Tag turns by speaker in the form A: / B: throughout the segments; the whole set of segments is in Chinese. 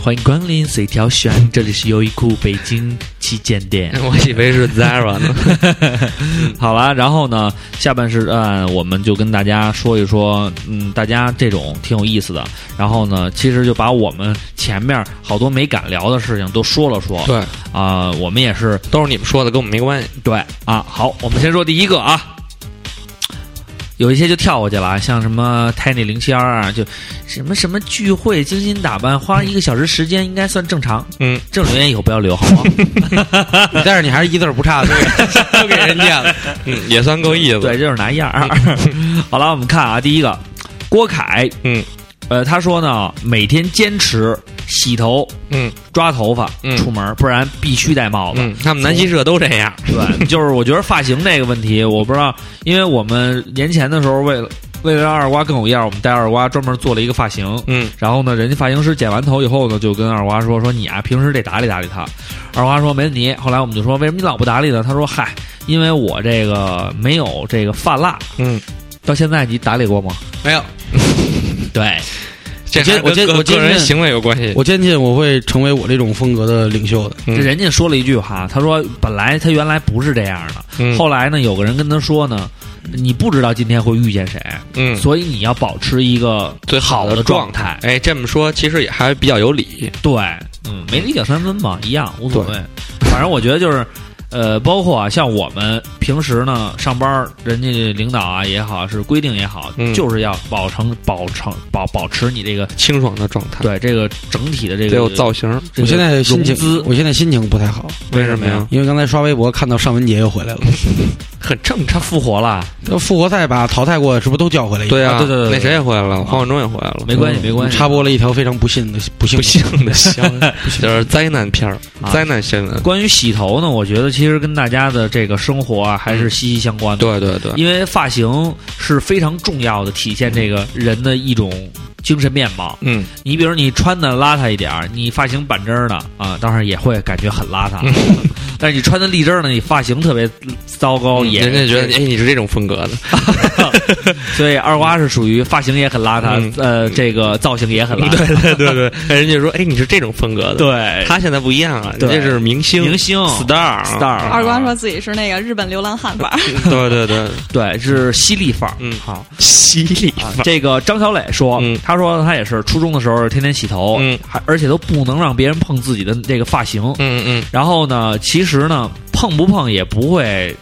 A: 欢迎光临，随挑选。这里是优衣库北京旗舰店。
B: 我以为是 Zara 呢。
A: 好了，然后呢，下半时段我们就跟大家说一说，嗯，大家这种挺有意思的。然后呢，其实就把我们前面好多没敢聊的事情都说了说。
B: 对
A: 啊、我们也是
B: 都是你们说的，跟我们没关系。
A: 对啊。好，我们先说第一个啊。有一些就跳过去了啊，像什么 Tiny 零七二二，就什么什么聚会，精心打扮，花一个小时时间应该算正常。
B: 嗯，
A: 这种留言以后不要留，好 吗？
C: 但是你还是一字儿不差的，
B: 都给人家了，嗯，也算够意思。
A: 对，就是拿样儿。 好了，我们看啊，第一个，郭凯，
B: 嗯，
A: 呃，他说呢，每天坚持洗头、
B: 嗯
A: 抓头发、
B: 嗯
A: 出门，不然必须戴帽子。
B: 嗯，他们南溪社都这样。
A: 对，就是我觉得发型这个问题，我不知道，因为我们年前的时候，为了为了让二瓜更有样儿，我们带二瓜专门做了一个发型。
B: 嗯，
A: 然后呢，人家发型师剪完头以后呢，就跟二瓜说：“说你啊，平时得打理打理他。”二瓜说：“没问题。”后来我们就说：“为什么你老不打理呢？”他说：“嗨，因为我这个没有这个发蜡。”
B: 嗯，
A: 到现在你打理过吗？
B: 没有，
A: 对，
B: 这
C: 我觉得
B: 还
C: 我觉得
B: 跟
C: 我觉
B: 个
C: 得
B: 人
C: 是
B: 行为有关系。
C: 我坚信我会成为我这种风格的领袖的。
B: 嗯
A: 这人家说了一句话，他说：“本来他原来不是这样的，
B: 嗯
A: 后来呢，有个人跟他说呢，你不知道今天会遇见谁，
B: 嗯，
A: 所以你要保持一个
B: 最好
A: 的
B: 的
A: 状
B: 状
A: 态。
B: 哎，这么说其实也还比较有理。
A: 对，嗯，没理解三分嘛，一样无所谓。反正我觉得就是，呃，包括啊，像我们平时呢上班儿，人家领导啊也好，是规定也好，
B: 嗯
A: 就是要保成保成保保持你这个
B: 清爽的状态，
A: 对这个整体的这
B: 得
A: 个
B: 有造型。
A: 这个
C: 我现在心
A: 融
C: 情
A: 资，
C: 我现在心情不太好，
B: 为什么呀？
C: 因为刚才刷微博看到尚雯婕又回来了。
B: 很正
A: 他
B: 常。
A: 复活了，
C: 那复活赛把淘汰过的是不是都叫回来？
B: 对啊，啊
A: 啊对对对对
B: 那谁也回来了，黄贯中也回来嗯了。
A: 没关系没关系，
C: 插播了一条非常不幸的不幸
B: 不
C: 的
B: 幸的消 息，就是灾难片儿
A: 啊、
B: 灾难新闻。
A: 关于洗头呢，我觉得其实跟大家的这个生活啊还是息息相关的，
B: 对对对，
A: 因为发型是非常重要的，体现这个人的一种精神面貌。
B: 嗯，
A: 你比如你穿的邋遢一点儿，你发型板正儿的啊，当然也会感觉很邋遢。
B: 嗯
A: 但是你穿的立正儿呢，你发型特别糟糕，也
B: 人家觉得哎，你是这种风格的，
A: 所以二瓜是属于发型也很邋遢，
B: 嗯
A: 呃，这个造型也很邋遢。
B: 对对 对对，人家说哎，你是这种风格的，，
A: 对
B: 他现在不一样了，你
A: 对
B: 这是明星
A: 明星
B: star
A: star 啊
D: 二瓜说自己是那个日本流浪汉吧？
B: 对 对对，
A: 对是犀利范儿。
B: 嗯
A: 好。
B: 犀利
A: 啊，这个张小磊说，
B: 嗯
A: 他说他也是初中的时候天天洗头，
B: 嗯
A: 还而且都不能让别人碰自己的这个发型。
B: 嗯嗯
A: 然后呢，其实呢，碰不碰也不会，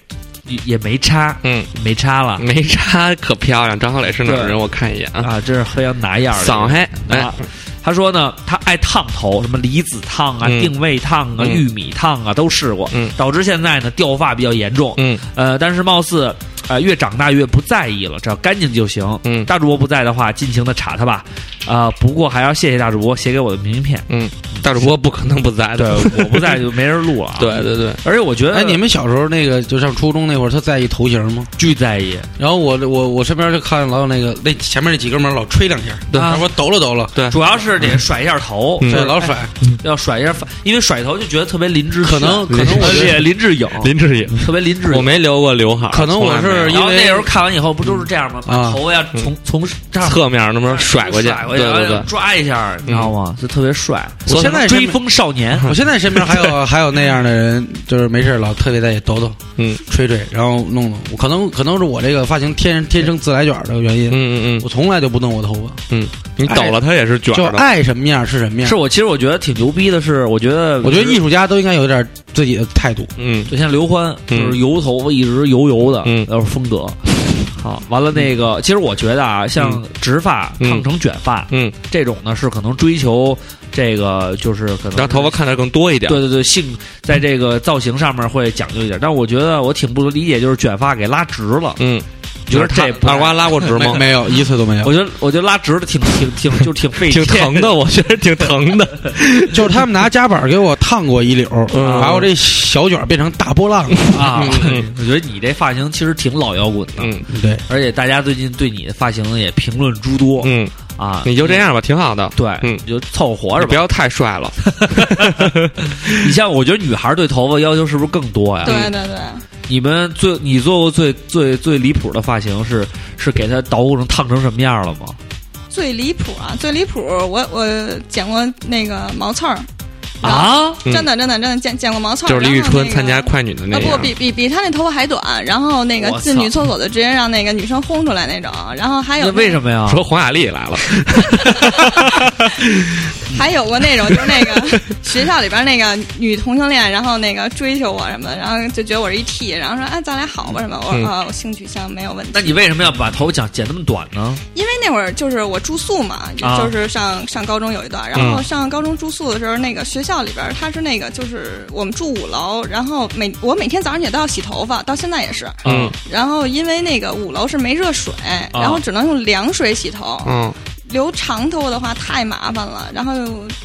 A: 也也没差，
B: 嗯，
A: 没差了、
B: 没啥可漂亮。张小磊是哪儿
A: 对
B: 人？我看一眼啊，
A: 啊，这是非常拿样儿的。
B: 上海，哎
A: 啊，他说呢，他爱烫头，什么离子烫啊、
B: 嗯
A: 定位烫啊、
B: 嗯
A: 玉米烫啊，都试过，
B: 嗯
A: 导致现在呢掉发比较严重。
B: 嗯
A: 呃，但是貌似呃越长大越不在意了，只要干净就行。
B: 嗯
A: 大主播不在的话，尽情的查他吧。啊、不过还要谢谢大主播写给我的明信片。
B: 嗯，大主播不可能不在
A: 对
B: 的，，
A: 我不在就没人录了、啊。，
B: 对对对，
A: 而且我觉得
C: 哎，你们小时候那个就上初中那会儿，他在意头型吗？
A: 巨在意，
C: 然后我我我身边就看老有那个那前面那几哥们儿老吹两下，
A: 对
C: 然后我抖了抖了，
A: 主要是得甩一下头，
B: 嗯
C: 对，老甩，
A: 要甩一下发，因为甩头就觉得特别林志炫，
C: 可能可能我
A: 而且哦林志颖，
B: 林志颖，
A: 特别林志
B: 我
A: 颖。
B: 没留过刘海儿，
C: 可能我
B: 从来没有
C: 是
A: 然后
C: 因为
A: 那时候看完以后，不都是这样吗？把
C: 啊
A: 头发要从从这儿
B: 侧面那么甩过去，
A: 哎甩过去，哎
B: 对对
A: 然后
B: 对，
A: 抓一下，你知道吗？就特别帅。
C: 嗯我现在嗯
A: 追风少年，
C: 我现在身边还 有还有那样的人，就是没事儿老特别在意抖抖，
B: 嗯，
C: 吹吹，然后弄弄。我可能可能是我这个发型天天生自来卷儿的原因，
B: 嗯嗯嗯，
C: 我从来就不弄我头发，
B: 你抖了他也是卷
C: 哎就哎
B: 的，
C: 爱什么样是什么 样
A: 是。我其实我觉得挺牛逼的是，我觉得
C: 我觉得艺术家都应该有点自己的态度。
B: 嗯
A: 就像刘欢，就
B: 嗯
A: 是油头发一直油油的，
B: 嗯
A: 那是风格。好，完了那个，其实我觉得啊，像直发
B: 嗯
A: 烫成卷发
B: 嗯，
A: 这种呢，是可能追求这个，就是可能
B: 让头发看得更多一点，
A: 对对对，性在这个造型上面会讲究一点，但我觉得我挺不理解，就是卷发给拉直了。
B: 嗯，
A: 你觉得这不
B: 二瓜拉过直
C: 没
B: 吗？
C: 没有一次都没有，
A: 我觉得我觉得拉直了挺挺 挺就挺费
B: 挺
A: 劲
B: 疼的，我觉得挺疼的。
C: 就是他们拿夹板给我烫过一绺，
B: 嗯
C: 把我这小卷儿变成大波浪。
A: 啊
B: 嗯嗯。
A: 我觉得你这发型其实挺老摇滚的，
B: 嗯
C: 对，
A: 而且大家最近对你的发型也评论诸多
B: 嗯，
A: 啊。
B: 你就这样吧，挺好的。
A: 对，
B: 嗯
A: 你就凑合活
B: 你
A: 着
B: 不
A: 吧。
B: 要太帅了。
A: 你像我觉得女孩对头发要求是不是更多呀？
D: 对 对对，
A: 你们最你做过最最最离谱的发型是是给她捣鼓成烫成什么样了吗？
D: 最离谱啊，最离谱！我我剪过那个毛刺儿，然后
A: 啊，
B: 嗯
D: 真的真的真的剪剪过毛刺儿。
B: 就是李宇
D: 然后
B: 春
D: 那个
B: 参加快女的那
D: 啊
B: 样
D: 不，比比比他那头发还短，然后那个
A: 我
D: 进
A: 操
D: 女厕所就直接让那个女生轰出来那种，然后还有
A: 那
D: 那
A: 为什么呀？
B: 哎啊说黄雅莉来了，
D: 还有过那种，就是那个 学校里边那个女同性恋，然后那个追求我什么的，然后就觉得我是一 T，然后说哎，咱俩好吧什么？我
B: 嗯
D: 说啊，我性取向没有问题。
A: 那你为什么要把头发剪剪那么短呢？
D: 因为那会儿就是我住宿嘛，
A: 啊
D: 就是上上高中有一段，然后上高中住宿的时候，那个学校里边儿它是那个就是我们住五楼，然后每我每天早上也都要洗头发，到现在也是。
B: 嗯
D: 然后因为那个五楼是没热水，然后只能用凉水洗头。
B: 嗯，
D: 留长头发的话太麻烦了，然后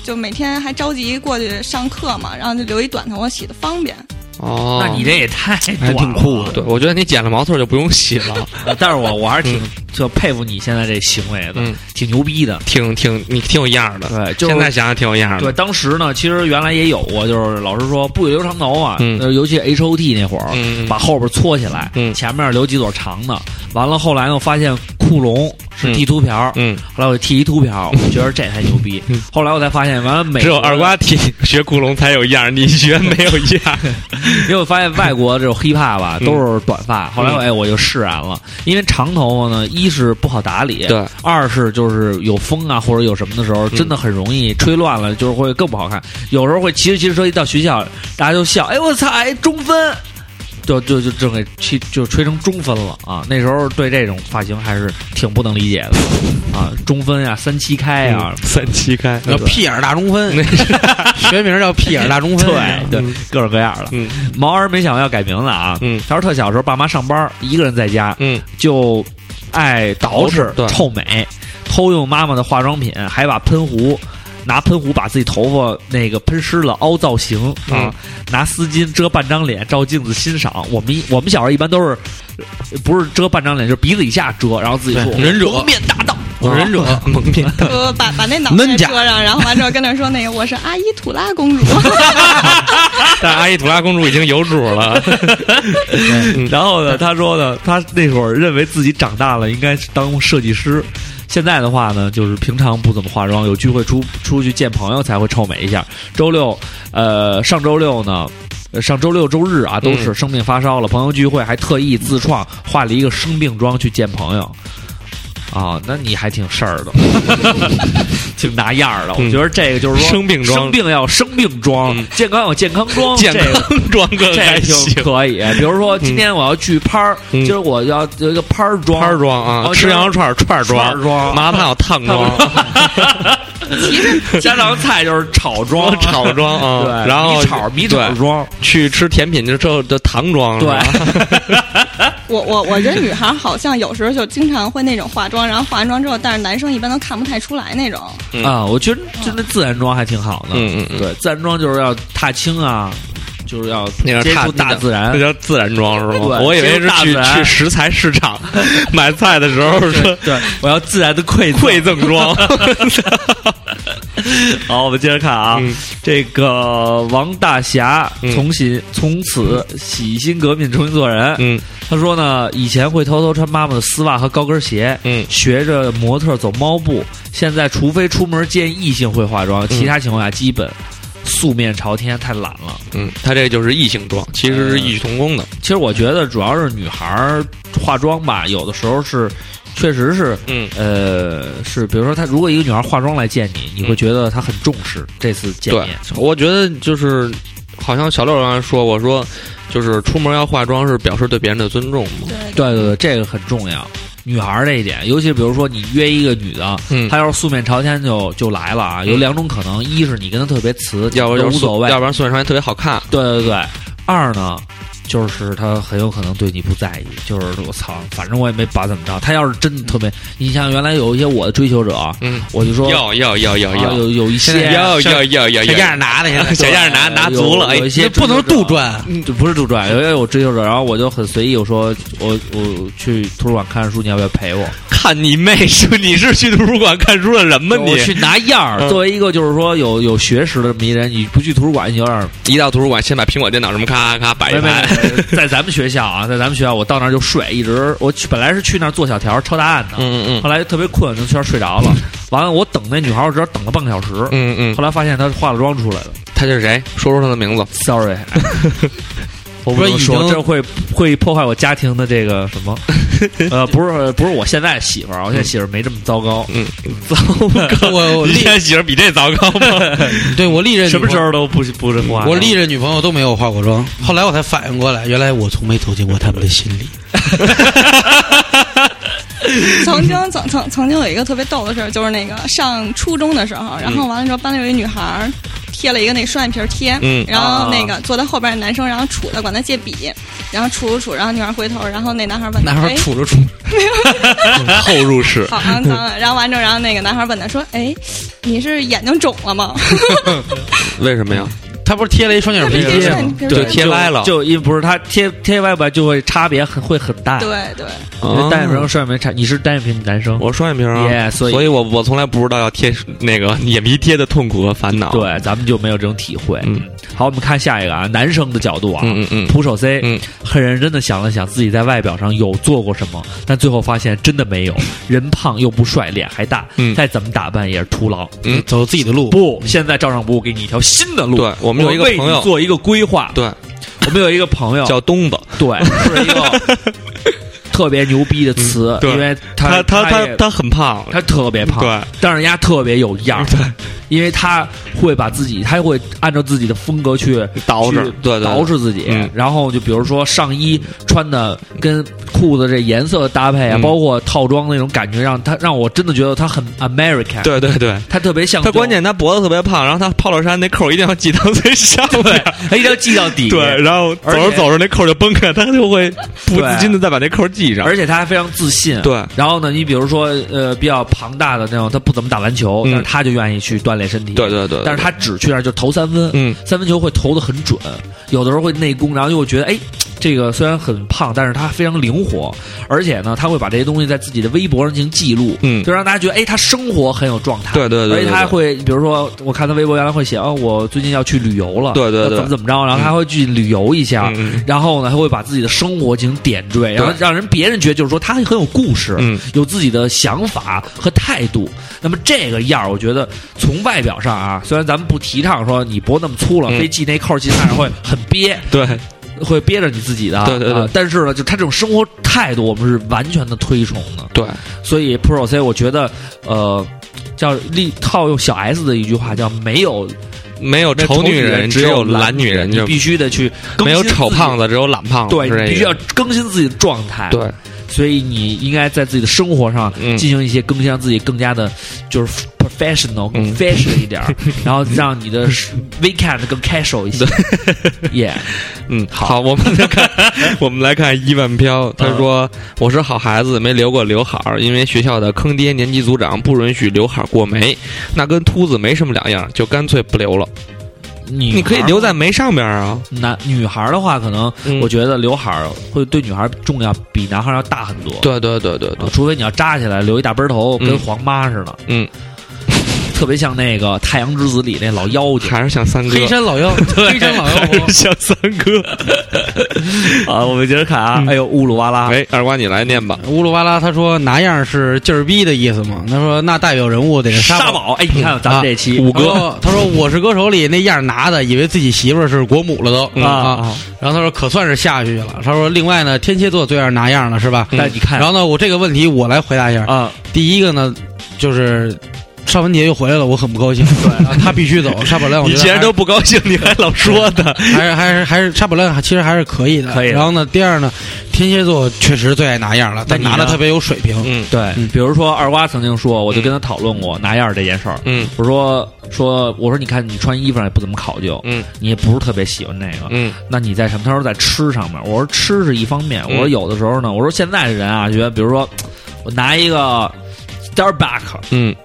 D: 就每天还着急过去上课嘛，然后就留一短头发洗的方便。
B: 哦，哎
A: 那你这也太
C: 还
A: 短
C: 挺
A: 了。
C: 酷的。
B: 对，我觉得你剪了毛刺儿就不用洗了，
A: 呃但是我我还是挺就佩服你现在这行为的
B: 嗯，
A: 挺牛逼的。
B: 挺挺你挺有样儿的。
A: 对，就
B: 现在
A: 是。
B: 想想挺有样儿
A: 对，
B: 的。
A: 当时呢，其实原来也有过，就是老师说不许留长头发，
B: 嗯
A: 呃尤其 H O T 那会儿，
B: 嗯，
A: 把后边搓起来，
B: 嗯
A: 前面留几撮长的。完了，后来呢，我发现库龙是剃秃瓢儿，
B: 嗯，
A: 后来我就剃一秃瓢儿，我觉得这才牛逼
B: 嗯。
A: 后来我才发现，完了美
B: 只有
A: 国
B: 二，瓜剃学古龙才有样儿，你学没有样儿。
A: 因为我发现外国这种 hiphop 吧
B: 嗯
A: 都是短发。后来我哎我就释然了，因为长头发呢，一是不好打理，
B: 对，嗯
A: 二是就是有风啊或者有什么的时候，真的很容易吹乱了，就是会更不好看。有时候会骑着骑着车一到学校，大家就笑，哎我操，哎中分。就就就正给吹就吹成中分了啊！那时候对这种发型还是挺不能理解的啊，中分呀、三七开呀、
B: 嗯 三七开，
C: 叫屁眼儿大中分， 学名叫屁眼儿大中分。
A: 对对，各种各样的。
B: 嗯
A: 毛儿没想要改名字啊，
B: 嗯
A: 他说特小时候爸妈上班，一个人在家
B: 嗯，
A: 就爱捯饬
B: 对
A: 臭美，偷用妈妈的化妆品，还把喷壶。拿喷壶把自己头发那个喷湿了，凹造型啊
B: 嗯！
A: 拿丝巾遮半张脸，照镜子欣赏。我们一我们小时候一般都是，呃不是遮半张脸，就是鼻子以下遮，然后自己说
C: 对忍者
A: 蒙面大盗，
C: 我忍者
B: 蒙面
D: 不不把把那脑袋
C: 嫩甲
D: 遮上，然后完之后跟他说那个我是阿依土拉公主，
B: 但阿依土拉公主已经有主 了。
A: 然后呢，他说呢，他那会儿认为自己长大了，应该是当设计师。现在的话呢，就是平常不怎么化妆，有聚会出出去见朋友才会臭美一下。周六，呃，上周六呢。呃上周六、周日啊，都是
B: 嗯
A: 生病发烧了，朋友聚会还特意自创化了一个生病妆去见朋友，啊，那你还挺事儿 的，挺拿样儿的。我
B: 嗯
A: 觉得这个就是说，
B: 生病妆
A: 生病要有生病妆，
B: 嗯
A: 健康有健康妆，
B: 健
A: 这个
B: 康装更
A: 这
B: 开
A: 挺
B: 心，
A: 可以。啊比如说今天我要去拍儿，
B: 嗯
A: 今儿我要有一个拍儿妆，
B: 摊儿装啊，
A: 哦
B: 吃羊肉串儿串儿啊
A: 串儿
B: 装，
A: 妆，
B: 麻辣烫烫装，。
A: 家常菜就是炒妆
B: 炒装啊，
A: 对，
B: 然后
A: 米炒米炒
B: 对嗯
A: 妆，
B: 去吃甜品就之后的糖装，
A: 对，
D: 我我我觉得女孩好像有时候就经常会那种化妆，然后化完妆之后，但是男生一般都看不太出来那种。
B: 嗯
A: 啊，我觉得就那自然妆还挺好的。
B: 嗯嗯嗯，
A: 对，自然妆就是要踏青啊，就是要
B: 那叫
A: 接
B: 踏
A: 触大自
B: 那
A: 然。
B: 叫自然装是吗？
A: 对
B: 我以为
A: 接
B: 是去
A: 触大自然
B: 去食材市 场买菜的时候说
A: 对对，我要自然的馈赠
B: 馈赠装，
A: 好，我们接着看啊，
B: 嗯
A: 这个王大侠
B: 嗯
A: 从新、从此洗心革面，重新做人。
B: 嗯
A: 他说呢，以前会偷偷穿妈妈的丝袜和高跟鞋，
B: 嗯
A: 学着模特走猫步。现在除非出门见异性会化
B: 嗯
A: 妆，其他情况下基本素面朝天，太懒了。
B: 嗯，他这个就是异性装，其实是异曲同工的，
A: 其实我觉得主要是女孩儿化妆吧，有的时候是确实是。
B: 嗯
A: 呃，是，比如说，她如果一个女孩化妆来见你，你会觉得她很重视这次见
B: 对
A: 面。，
B: 我觉得就是，好像小六刚才说过，说就是出门要化妆是表示对别人的尊重嘛。
D: 对
A: 对对对，这个很重要。女孩儿这一点，尤其比如说你约一个女的，
B: 嗯
A: 她要是素面朝天就就来了啊，有
B: 嗯
A: 两种可能：一是你跟她特别瓷，
B: 要不
A: 都
B: 就
A: 无
B: 是
A: 所谓；
B: 要不然素颜穿也特别好看。
A: 对对对；二呢，就是她很有可能对你不在意，就是我操，反正我也没把怎么着。她要是真的特别，你像原来有一些我的追求者，啊
B: 嗯，
A: 我就说
B: 要要要要
A: 啊
B: 要
A: 有有一些啊
B: 要要要要
C: 小样儿
B: 要，
C: 拿的现在，
B: 小样儿拿拿足了，哎
A: 有有一，些
C: 这不能
A: 追求者
C: 杜撰。
A: 嗯就不是杜撰，有有有追求者，然后我就很随意，我说我我去图书馆看书，你要不要陪我？
B: 看你妹！是你是去图书馆看书的人吗？
A: 我
B: 你
A: 去拿样儿。
B: 嗯
A: 作为一个就是说有有学识的这么一人，你不去图书馆，你有点儿
B: 一到图书馆，先把苹果电脑什么咔咔咔摆
A: 没
B: 一
A: 没
B: 排。
A: 没，在咱们学校啊，在咱们学校，我到那儿就睡，一直我去本来是去那儿做小条抄答案的，
B: 嗯嗯
A: 后来特别困，就去那儿睡着了。完了，我等那女孩儿，我只要等了半个小时。
B: 嗯嗯，
A: 后来发现她化了妆出来了
B: 他是谁？说出他的名字。
A: ，sorry，我
C: 不
A: 不
C: 是
A: 能
C: 已
A: 说
C: 经
A: 这会会破坏我家庭的这个什 么，呃，不是不是我现在媳妇儿啊，我现在媳妇儿没这么 糟糕，
B: 嗯，糟糕！
C: 我 我
B: 你
C: 历
B: 现在媳妇儿比这糟糕 吗？
C: 对我历任女
A: 什么
C: 朋
A: 时候都不不是化。
C: 我历任女朋友都没有化过妆，后来我才反应过来，原来我从没走进过他们的心里。
D: 曾经曾曾曾经有一个特别逗的事儿，就是那个上初中的时候，然后完了之后班里有一女孩儿贴了一个那双眼皮儿贴，
B: 嗯
D: 然后那个坐在后边儿的男生，然后杵她管她借笔，然后杵杵杵，然后女孩回头，然后那男孩问
C: 那
D: 她，
C: 时候
D: 哎，
C: 杵着杵，
B: 后入室。
D: 好肮脏啊！然后完之后，然后那个男孩问她说，哎，你是眼睛肿了吗？
B: 为什么呀？
C: 他不是贴了一双眼皮
A: 对
C: 贴
A: 对
C: 吗？
B: 就
D: 对
B: 贴歪了。
A: 就因不是她贴贴歪吧，就会差别很会很大。，
D: 对对，
A: 单眼皮跟双眼皮差，你是单眼皮男生，
B: 哦我双眼皮儿啊。
A: 耶，所以
B: 所以我我从来不知道要贴那个 眼皮贴的痛苦和烦恼。，
A: 对，咱们就没有这种体会。
B: 嗯，
A: 好，我们看下一个啊，男生的角度啊，
B: 嗯嗯嗯，
A: 徒手 C，
B: 嗯
A: 很认真的想了想自己在外表上有做过什么，但最后发现真的没 有。人胖又不帅，脸还大，
B: 嗯
A: 再怎么打扮也是徒劳。
B: 嗯
C: 走自己的路。
A: 不，现在照上不误给你一条新的路。
B: 对我们有一个
A: 为你
B: 朋友
A: 做一个规划。
B: 对，
A: 我们有一个朋友，
B: 叫东子。
A: 对，是一个 特别牛逼的词，
B: 嗯对
A: 因为
B: 他
A: 他
B: 他
A: 也
B: 他很胖。
A: 他特别胖，啊
B: 对，
A: 但是人家特别有样儿，因为他会把自己，他会按照自己的风格去
B: 捯饬
A: 去
B: 对对对
A: 捯饬自己
B: 嗯。
A: 然后就比如说上衣穿的跟裤子这颜色的搭配啊，
B: 嗯
A: 包括套装那种感觉，让他让我真的觉得他很 American，
B: 对对对。
A: 他特别像
B: 他
A: 这种
B: 关键他脖子特别胖，然后他 polo 衫那扣儿一定要系到最上
A: 对
B: 面。，
A: 他一定要系到底，
B: 对，然后走
A: 而
B: 着
A: 且
B: 走着那扣儿就崩开，他就会不
A: 对
B: 自禁的再把那扣儿系上。
A: 而且他还非常自信。
B: 对，
A: 然后呢，你比如说，呃，比较庞大的那种，他不怎么打篮球，
B: 嗯
A: 但是他就愿意去锻炼身体。
B: 对对对，对
A: 但是他只去那儿就投三分，
B: 嗯
A: 三分球会投的很准，有的时候会内攻，然后又会觉得哎，这个虽然很胖，但是他非常灵活，而且呢，他会把这些东西在自己的微博上进行记录，
B: 嗯
A: 就让大家觉得哎，他生活很有状态。
B: 对对对
A: 而且
B: 对
A: 他还
B: 对
A: 会，比如说，我看他微博原来会写，哦，我最近要去旅游了，
B: 对对
A: 要
B: 对
A: 怎么怎么着，然后他会去旅游一下，
B: 嗯嗯
A: 然后呢，他会把自己的生活进行点缀，然后
B: 对
A: 让人别人觉得就是说他很有故事，
B: 嗯
A: 有自己的想法和态度。那么这个样儿，我觉得从外表上啊，虽然咱们不提倡说你脖那么粗了，
B: 嗯
A: 非系那扣儿系那儿会很憋，
B: 对，
A: 会憋着你自己的啊。
B: 对对对
A: 啊但是呢，就他这种生活态度，我们是完全的推崇的。
B: 对，
A: 所以 Pro C，我觉得呃，叫力套用小 S 的一句话叫没有
B: 没有丑女人，
A: 只
B: 只有
A: 懒
B: 懒女人，
A: 你
B: 就
A: 必须得去
B: 没有丑胖
A: 子。
B: 子，只有懒胖子。
A: 对，
B: 是这
A: 你必须
B: 意
A: 要
B: 思
A: 更新自己的状态。
B: 对，
A: 所以你应该在自己的生活上
B: 嗯
A: 进行一些更新，让自己更加的，就是 professional、更
B: 嗯
A: fashion 一点儿，然后让你的 weekend 更 casual 一些。yeah，
B: 嗯，
A: 好
B: 好，我们来看，我们来看伊万飘，他
A: 嗯
B: 说：“我是好孩子，没留过刘海儿，因为学校的坑爹年级组长不允许刘海儿过眉，那跟秃子没什么两样，就干脆不留了。
A: 你
B: 你
A: 你
B: 可以留在眉上边儿啊。
A: 男女孩儿的话，可能
B: 嗯
A: 我觉得刘海儿会对女孩儿重要比男孩儿要大很多。
B: 对对对对
A: 啊
B: 对，
A: 除非你要扎起来留一大背头，跟
B: 嗯
A: 黄妈似的，
B: 嗯，
A: 特别像那个《太阳之子》里那老妖 精。
B: 还是像三哥，
C: 黑山老妖，黑山 老妖
B: 还
C: 婆
B: 是，像三哥。
A: 啊，我们接着看啊，哎呦，乌鲁哇啦，
B: 哎，二瓜，你来念吧。
C: 乌鲁巴拉他说拿样是劲儿逼的意思吗？他说那代表人物得是
A: 沙
C: 宝。
A: 宝，哎，你看咱们这期
C: 他说他说我是歌手里那样拿的，以为自己媳妇儿是国母了都、
B: 嗯
C: 啊。
A: 啊，
C: 然后他说可算是下去了。他说另外呢，天蝎座最爱拿样了是吧？
B: 嗯
A: 但嗯你看
C: 然后呢，我这个问题我来回答一下。
A: 哎啊，
C: 第一个呢，就是尚雯婕又回来了，我很不 高兴。对，他必须走。沙宝亮，我觉得还是
B: 不高兴，你还老说他。
C: 还是还是还是沙宝亮其实还是可以的。
A: 可以的
C: 然后呢，第二呢，天蝎座确实最爱拿样了，但
A: 那你
C: 拿的
A: 呢
C: 特别有水平。
B: 嗯
A: 对，
C: 嗯
A: 比如说二瓜曾经说，我就跟他讨论过拿样儿这件事儿。
B: 嗯
A: 我说说，我说你看你穿衣服上也不怎么考究，
B: 嗯
A: 你也不是特别喜欢那个，
B: 嗯
A: 那你在什么？他说在吃上面。我说吃是一方面，我
B: 嗯
A: 说有的时候呢，我说现在的人啊，觉得比如说我拿一个 Starbucks，
B: 嗯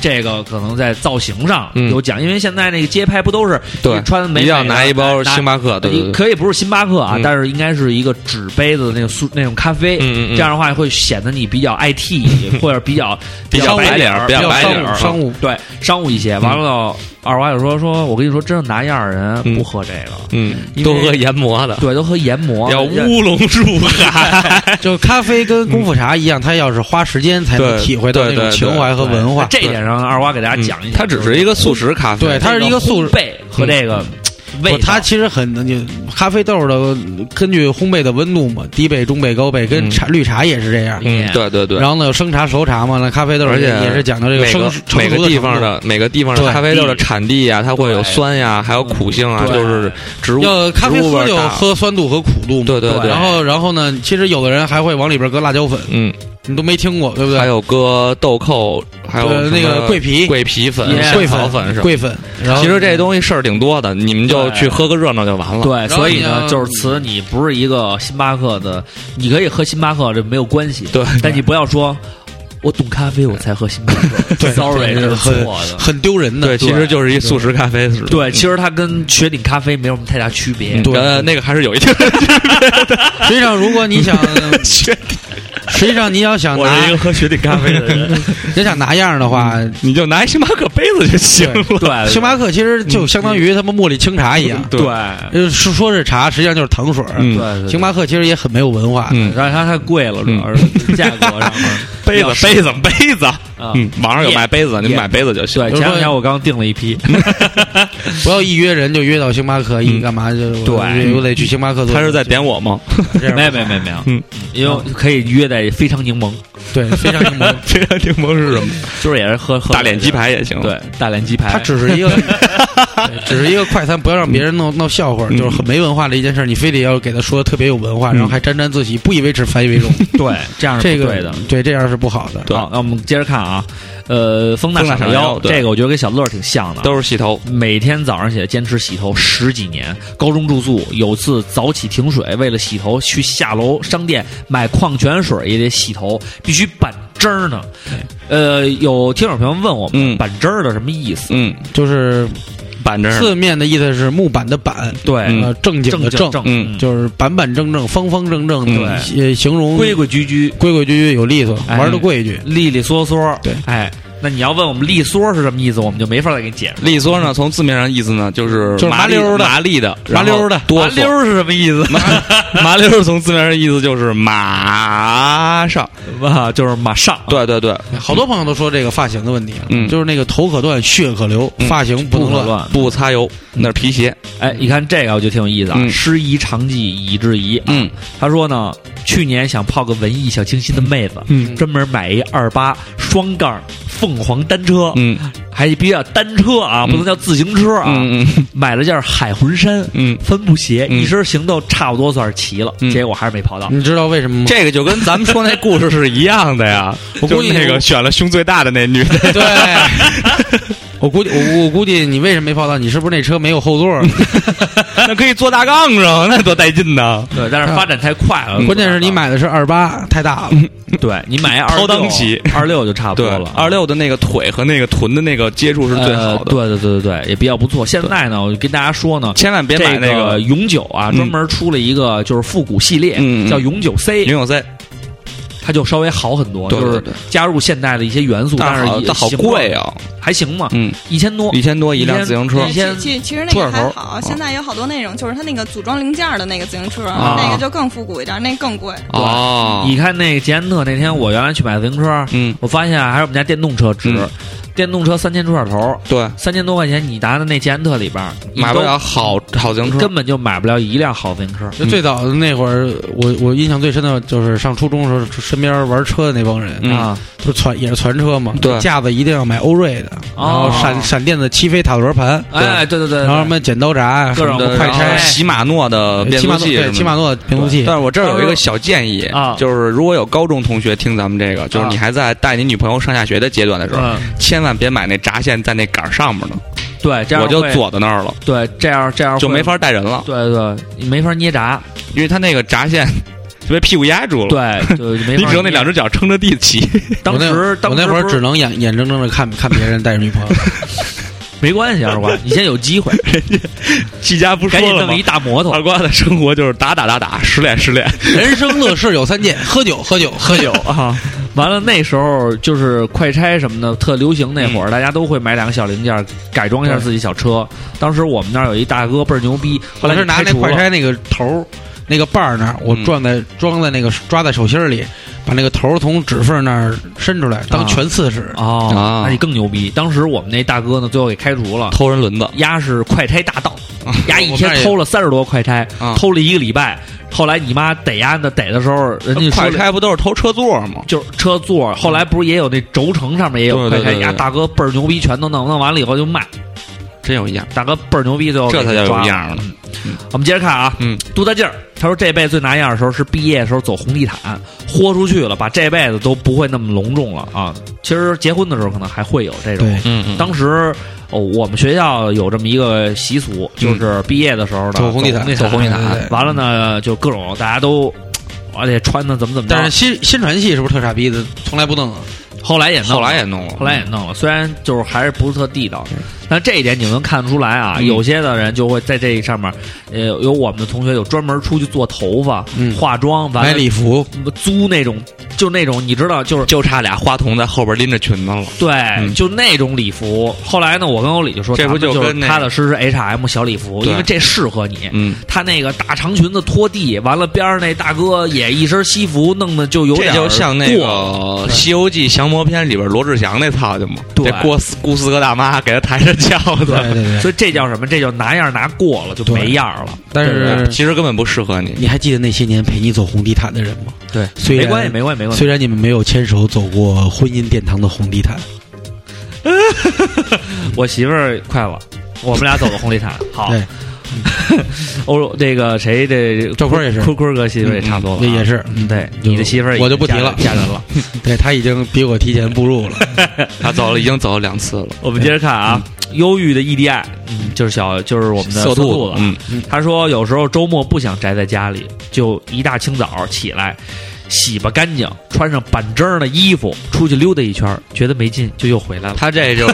A: 这个可能在造型上
B: 嗯
A: 有讲，因为现在那个街拍不都是
B: 对
A: 你穿得美
B: 一
A: 美
B: 定
A: 的
B: 要拿一包
A: 拿
B: 星巴克，啊对对对，
A: 可以不是星巴克啊，
B: 嗯
A: 但是应该是一个纸杯子的那种塑那种咖啡，
B: 嗯嗯嗯
A: 这样的话会显得你比较 IT 或者比较
B: 比较白领
A: 儿
B: 儿，
C: 比较
B: 白
C: 商
B: 领
C: 务
B: 儿，啊
C: 商务
A: 对商务一些。完了，二娃就说说，我跟你说，真的拿样儿人
B: 嗯
A: 不喝这个，
B: 嗯，
A: 因为
B: 都喝研磨的，
A: 对，都喝研磨，
B: 要乌龙树海，
C: 就咖啡跟功夫茶一样，它要是花时间才能
B: 对
C: 体会到那
B: 对
C: 种
B: 对
C: 情怀和
A: 对
C: 文化。
A: 这一点上，二娃给大家讲一
B: 嗯
A: 下，
B: 它只是一个速食咖啡，
C: 对它是一个素
A: 烘焙和这个
B: 嗯
A: 味道
C: 不，它其实很，你咖啡豆的根据烘焙的温度嘛，低焙、中焙、高焙，跟
B: 嗯
C: 茶绿茶也是这样。
B: 嗯，对对对。
C: 然后呢，有生茶、熟茶嘛，那咖啡豆
B: 而且
C: 也是讲究这
B: 每
C: 生
B: 个
C: 成
B: 每
C: 熟
B: 个
C: 的
B: 地方
C: 程度
B: 的每个地方的
C: 对
B: 咖啡豆的
A: 地
B: 产地呀，它会有
A: 对
B: 酸呀，还有苦性啊，
A: 对
B: 就是植物
C: 要咖啡
B: 植物味
C: 喝
B: 儿
C: 就
B: 大
C: 喝酸度和苦度嘛。
B: 对对对
C: 然后，然后呢，其实有的人还会往里边搁辣椒粉，
B: 嗯，
C: 你都没听过，对不对？
B: 还有搁豆蔻，还有
C: 呃那
B: 什
C: 个
B: 么
C: 桂皮、
B: 桂皮粉、
A: Yeah
C: 桂
B: 香草
C: 粉、
B: 粉是吧？
C: 桂粉。然后
B: 其实这东西事儿挺多的，你们就
A: 对
B: 去喝个热闹就完了。
A: 对，所以
C: 嗯然后
A: 呢，
C: 你嗯
A: 就是词你不是一个星巴克的，你可以喝星巴克，这没有关系。
B: 对，
A: 但你不要说，我懂咖啡，我才喝星巴克。
C: 对
A: sorry，
C: 对
A: 这是错
C: 很
A: 的。
C: 很丢人的。
B: 对，其实就是一速食咖啡是吧。
A: 对，其实它跟雪顶咖啡没有什么太大区别
B: 嗯，。
C: 对
B: 呃，那个还是有一定的
C: 实际上，如果你想，
B: 区别。
C: 实际上你要想
B: 我是一
C: 拿
B: 个喝嗯雪顶 咖啡的人，
C: 你想拿样儿的话，
B: 你就拿一星巴克杯子就行了。
A: 对，
C: 星巴克其实就相当于他妈茉莉清茶一样，
A: 对，嗯
C: 呃说说是茶，实际上就是糖水儿。
B: 嗯
A: 对，
C: 星
A: 巴
C: 巴克其实也很没有文化，
B: 嗯，
A: 然后它太贵了，主
C: 嗯
A: 要是价格上 面
B: 杯子杯子杯子，
A: 啊。
B: 嗯，网上有卖杯子，你
A: 也
B: 买杯子就行。
A: 对，
C: 就是说嗯
A: 前两天我刚订了一批，
C: 不要一约人就约到星巴克，一
B: 嗯
C: 干嘛就
A: 对
C: 又得去星巴克做。
B: 他是在点我吗？
C: 这样
A: 没有没有没有没有，
B: 嗯，
A: 因为可以约在非常柠檬，
C: 对，非常柠檬。
B: 这个柠檬是什么？
A: 就是也是喝喝
B: 大脸鸡，排也行。
A: 对，大脸鸡排，
C: 它只是一个，对只是一个快餐，不要让别人弄闹笑话，
B: 嗯
C: 就是很没文化的一件事儿。你非得要给他说的特别有文化，
B: 嗯
C: 然后还沾沾自喜，不以为耻，反以为荣。
A: 对，这样是
C: 这
A: 不
C: 个
A: 对的。
C: 对，这样是不好的。
B: 对
A: 好，那我们接着看啊，呃，风大
B: 风大
A: 闪
B: 闪
A: 腰
B: 腰，对
A: 这个我觉得跟小乐儿挺像的，
B: 都是洗头。
A: 每天早上起来坚持洗头十几年，高中住宿，有次早起停水，为了洗头去下楼商店买矿泉水也得洗头，必须板汁儿呢。呃，有听友朋友问我们，
B: 嗯
A: 板汁儿的什么意思？
B: 嗯，
C: 就是
B: 板正。
C: 字面的意思是木板的板，
A: 对，
B: 嗯
C: 呃，正经
A: 正
C: 的
A: 正正，
C: 正，
B: 嗯
C: 就是板板正正、方方正正
B: 嗯
C: 的，也形容
A: 规规矩矩，
C: 规规矩矩、有利索，
A: 哎
C: 玩的规矩。
A: 利利索索。
C: 对，
A: 哎，那你要问我们利索是什么意思，我们就没法再给你解释。
B: 利索呢，从字面上意思呢，就是
C: 就是麻
B: 麻利
C: 溜儿的
B: 麻利的，
C: 麻溜儿的
B: 然后哆
A: 麻溜
B: 嗦。
A: 儿是什么意思？
B: 麻溜儿从字面上意思就是马上。
A: 啊，就是马上。
B: 对对对，
C: 好多朋友都说这个发型的问题啊，
B: 嗯
C: 就是那个头可断，血可流，
B: 嗯
C: 发型不
A: 不
C: 能
A: 可
C: 乱。
A: 乱，
B: 不擦油，那是皮鞋。
A: 哎，你看这个我觉得挺有意思啊。
B: 嗯
A: 师夷长技以制夷。
B: 嗯
A: 他说呢，去年想泡个文艺小清新的妹子，
B: 嗯
A: 专门买一二八双杠凤凰单车，
B: 嗯
A: 还必须要单车啊，
B: 嗯
A: 不能叫自行车啊。
B: 嗯嗯
A: 买了件海魂衫、
B: 嗯，
A: 帆布鞋，
B: 嗯
A: 一身行头差不多算是齐了，
B: 嗯
A: 结果还是没泡到。
C: 你知道为什么吗？
B: 这个就跟咱们说那故事是一样的呀。
C: 我估计
B: 就是那个选了胸最大的那女的，
C: 对，我估计我我估计你为什么没泡到？你是不是那车没有后座儿？
B: 那可以坐大杠上，那多带劲呢！
A: 对，但是发展太快了，
B: 嗯
C: 关键是你买的是二八，太大了。
A: 对你买二
B: 掏裆骑
A: 二六就差不
B: 对
A: 多了，，
B: 二。六的那个腿和那个臀的那个接触是最好
A: 呃
B: 的，
A: 对对对对对，也比较不错。现在呢，我就跟大家说呢，
B: 千万别买
A: 这
B: 那
A: 个
B: 个
A: 永久啊，
B: 嗯
A: 专门出了一个就是复古系列，
B: 嗯嗯
A: 叫永久 C，
B: 游泳 C，
A: 它就稍微好很多，
B: 对对
A: 哦就
B: 对
A: 是加入现代的一些元素，但
B: 但
A: 是
B: 是好
A: 也
B: 但好
A: 行吧
B: 贵，啊，
A: 还行嘛，
B: 嗯，
A: 一千多
B: 一千多一辆自行车
A: 哦一，天
D: 其其其实那
B: 出点
D: 个
B: 头
D: 还
B: 啊
D: 好，现在有好多那种就是它那个组装零件儿的那个自行车，
B: 啊
D: 那个就更复古一点，那个更贵。
B: 哦，
A: 你看那个捷安特那天，我原来去买自行车，
B: 嗯，
A: 我发现啊还是我们家电动车值，
B: 嗯
A: 电动车三千出点头，
B: 对，
A: 三千多块钱你拿的那捷安特里边
B: 买不了，好好自
A: 你
B: 行
A: 都
B: 车，
A: 根本就买不了一辆好自行车。
C: 就最早的那会儿，我我印象最深的就是上初中的时候，身边玩车的那帮人，
B: 嗯
A: 啊，
C: 不是传也是传车嘛，
B: 对
C: 架子一定要买欧瑞的，然后
A: 哦
C: 闪闪电的七飞塔轮盘，
A: 哎，对对对，
C: 然后什么剪刀闸，啊
A: 各种
C: 什么快
A: 然
C: 拆哎
A: 后，
B: 禧马诺的变
C: 骑
B: 速
C: 马诺
B: 器什
C: 对
B: 么的
C: 骑马诺变速器，
B: 但是我这儿有一个小建议
A: 啊
B: 就是如果有高中同学听咱们这个，就是
A: 啊
B: 你还在带你女朋友上下学的阶段的时候，
A: 嗯，
B: 千万别买那闸线在那杆儿上面的，
A: 对，这样
B: 我就
A: 会，
B: 坐在那儿了，
A: 对，这样这样
B: 就
A: 会
B: 没。法带人了，
A: 对对，你没法捏闸，
B: 因为它那个闸线就被屁股压住了。
A: 对，就没
B: 你
A: 法
B: 只能那两只脚撑着地 骑，
A: 当时
C: 我那
A: 当
C: 我
A: 时
C: 那会儿
A: 不是
C: 只能眼眼睁睁的看看别人带着女 朋友，
A: 没关系，啊二瓜，你现在有机 会，
B: 季家不说
A: 赶紧
B: 了
A: 弄
B: 吗
A: 一？大摩托，
B: 二瓜的生活就是打打打打，失恋失恋。
C: 人生乐事有三件：喝酒、喝酒、喝酒。
B: 啊，
A: 完了，那时候就是快拆什么的特流行，那会
C: 嗯
A: 儿、大家都会买两个小零件儿改装一下自己小车。当时我们那儿有一大哥倍儿牛逼，后
C: 我
A: 来
C: 是
A: 给
C: 拿
A: 开
C: 那
A: 除
C: 快
A: 了。
C: 拆那个头儿，那个把儿那儿，我
B: 嗯
C: 撞在装在那个抓在手心儿里，把那个头儿从指缝那儿伸出来
A: 啊
C: 当拳刺使。
A: 哦，
B: 啊
A: 那你更牛逼！当时我们那大哥呢，最后给开除了。
B: 偷人轮子
A: 丫是快拆大盗，丫一
C: 啊我们那儿
A: 天
C: 也
A: 偷了三十多快拆
B: 啊，
A: 偷了一个礼拜。后来你妈逮丫的逮的时候，人家说
B: 快
A: 了
B: 拆不都是偷车座吗？
A: 就是车座，后来不是也有那轴承上面也有快
B: 对对
A: 拆，
B: 对对
A: 丫大哥倍儿牛逼，全都弄弄完了以后就卖，
B: 真有样，
A: 大哥倍儿牛逼，最后
B: 这才
A: 给
B: 叫有
A: 抓了
B: 样呢。
A: 我们接着看啊，
B: 嗯，
A: 杜大劲儿，他说这辈子最拿样的时候是毕业的时候走红地毯，豁出去了，把这辈子都不会那么隆重了啊。其实结婚的时候可能还会有这种。
C: 对，
B: 嗯嗯
A: 当时哦，我们学校有这么一个习俗，就是毕业的时候呢，
C: 走红地毯，
A: 走红地
C: 对
A: 毯。
C: 对对
A: 完了呢，就各种大家都，而且穿的怎么怎么
C: 但是
A: 着。
C: 新新传系是不是特傻逼的？从来不弄，啊
A: 后来也弄了，
B: 后来也弄了，嗯
A: 后来也弄了，虽然就是还是不是特地道，但这一点你能看得出来啊。
B: 嗯
A: 有些的人就会在这上面，呃，有我们的同学有专门出去做头发、
C: 嗯
A: 化妆，
C: 买
A: 完了
C: 礼服，
A: 租那种，就那种你知道，就是
B: 就差俩花筒在后边拎着裙子了。
A: 对，
B: 嗯
A: 就那种礼服。后来呢，我跟欧里就说，
B: 这不
A: 咱们
B: 就
A: 就
B: 跟那
A: 是踏踏实实 H M 小礼服，
B: 对
A: 因为这适合你。
B: 嗯，
A: 他那个大长裙子拖地，完了边上那大哥也一身西服，弄得就有
B: 这
A: 点
B: 就像那个
A: 过了
B: 《西游记》降魔篇里边罗志祥那操就嘛，
A: 对
B: 这郭四郭四个大妈给他抬着轿
C: 对对
B: 子，
C: 对。
A: 所以这叫什么？这叫拿样拿过了，就
C: 对
A: 没样了。
C: 但是
B: 其实根本不适合你。
C: 你还记得那些年陪你走红地毯的人吗？
A: 对，
C: 虽
A: 没
C: 然
A: 关系，没关系，没关系。
C: 虽然你们没有牵手走过婚姻殿堂的红地毯，
A: 我媳妇儿快了，我们俩走了红地毯。好
C: 对，
A: 欧这个谁这
C: 赵坤也是
A: 坤坤哥媳妇儿也差不多了啊，
C: 那也是，嗯
A: 对，
C: 就
A: 你的媳妇儿
C: 我就不提了
A: 嫁人了。
C: 对他已经比我提前 步入了。
B: 他走了，已经走了两次了。
A: 我们接着看啊，忧郁的 EDI，嗯，就是小，就是我们的
B: 色
A: 兔
B: 兔
A: 子。
B: 嗯，
A: 他说有时候周末不想宅在家里，就一大清早起来。洗吧干净，穿上板正的衣服，出去溜达一圈儿，觉得没劲就又回来了。
B: 他这就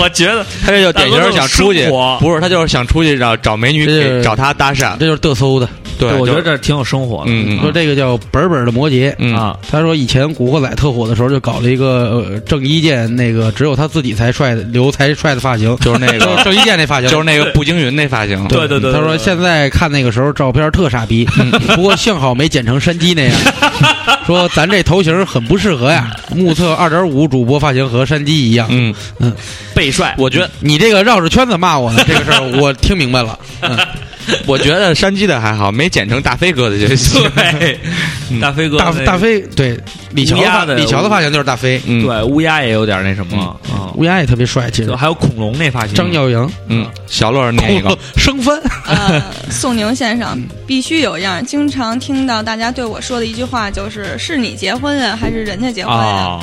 A: 我觉得
B: 他这就典型是想出去
A: 大哥这种生活，
B: 不是他就是想出去找找美女
C: 这是
B: 给找他搭讪。
C: 这就是嘚瑟的，
B: 对，
A: 我觉得
B: 就
A: 这挺有生活的、
B: 嗯
C: 说
B: 嗯
C: 这个叫本本的摩羯。
B: 嗯
A: 啊。
C: 他说以前《古惑仔》特火的时候，就搞了一个呃郑伊健那个只有他自己才帅的留才帅的发型，
B: 就是那
C: 就是
B: 个
C: 郑伊健那发 型，
B: 就是那嗯个步惊云那发型。
A: 对对对对
C: 他说现在看那个时候照片特傻逼，
B: 嗯
C: 不过幸好没剪成山 鸡那样。说咱这头型很不适合呀，目测二点五主播发型和山鸡一样。
B: 嗯，
A: 背帅，
B: 我觉得
C: 你这个绕着圈子骂我呢，这个事儿我听明 白了。嗯，
B: 我觉得山鸡的还好，没剪成大飞哥的就行。
A: 对，大飞哥
C: 大
A: 那个
C: 大飞对李乔
A: 乌鸦
C: 发
A: 的
C: 李乔的发型就是大飞，
B: 嗯，
A: 对乌鸦也有点那什么啊，
C: 乌鸦也特别帅，其
A: 就
C: 实
A: 还有恐龙那发型，
C: 张耀扬
B: 嗯，小乐那个
C: 生番，
D: 呃，宋宁先生
B: 嗯
D: 必须有样。经常听到大家对我说的一句话就是：是你结婚啊，还是人家结婚啊？
A: 啊，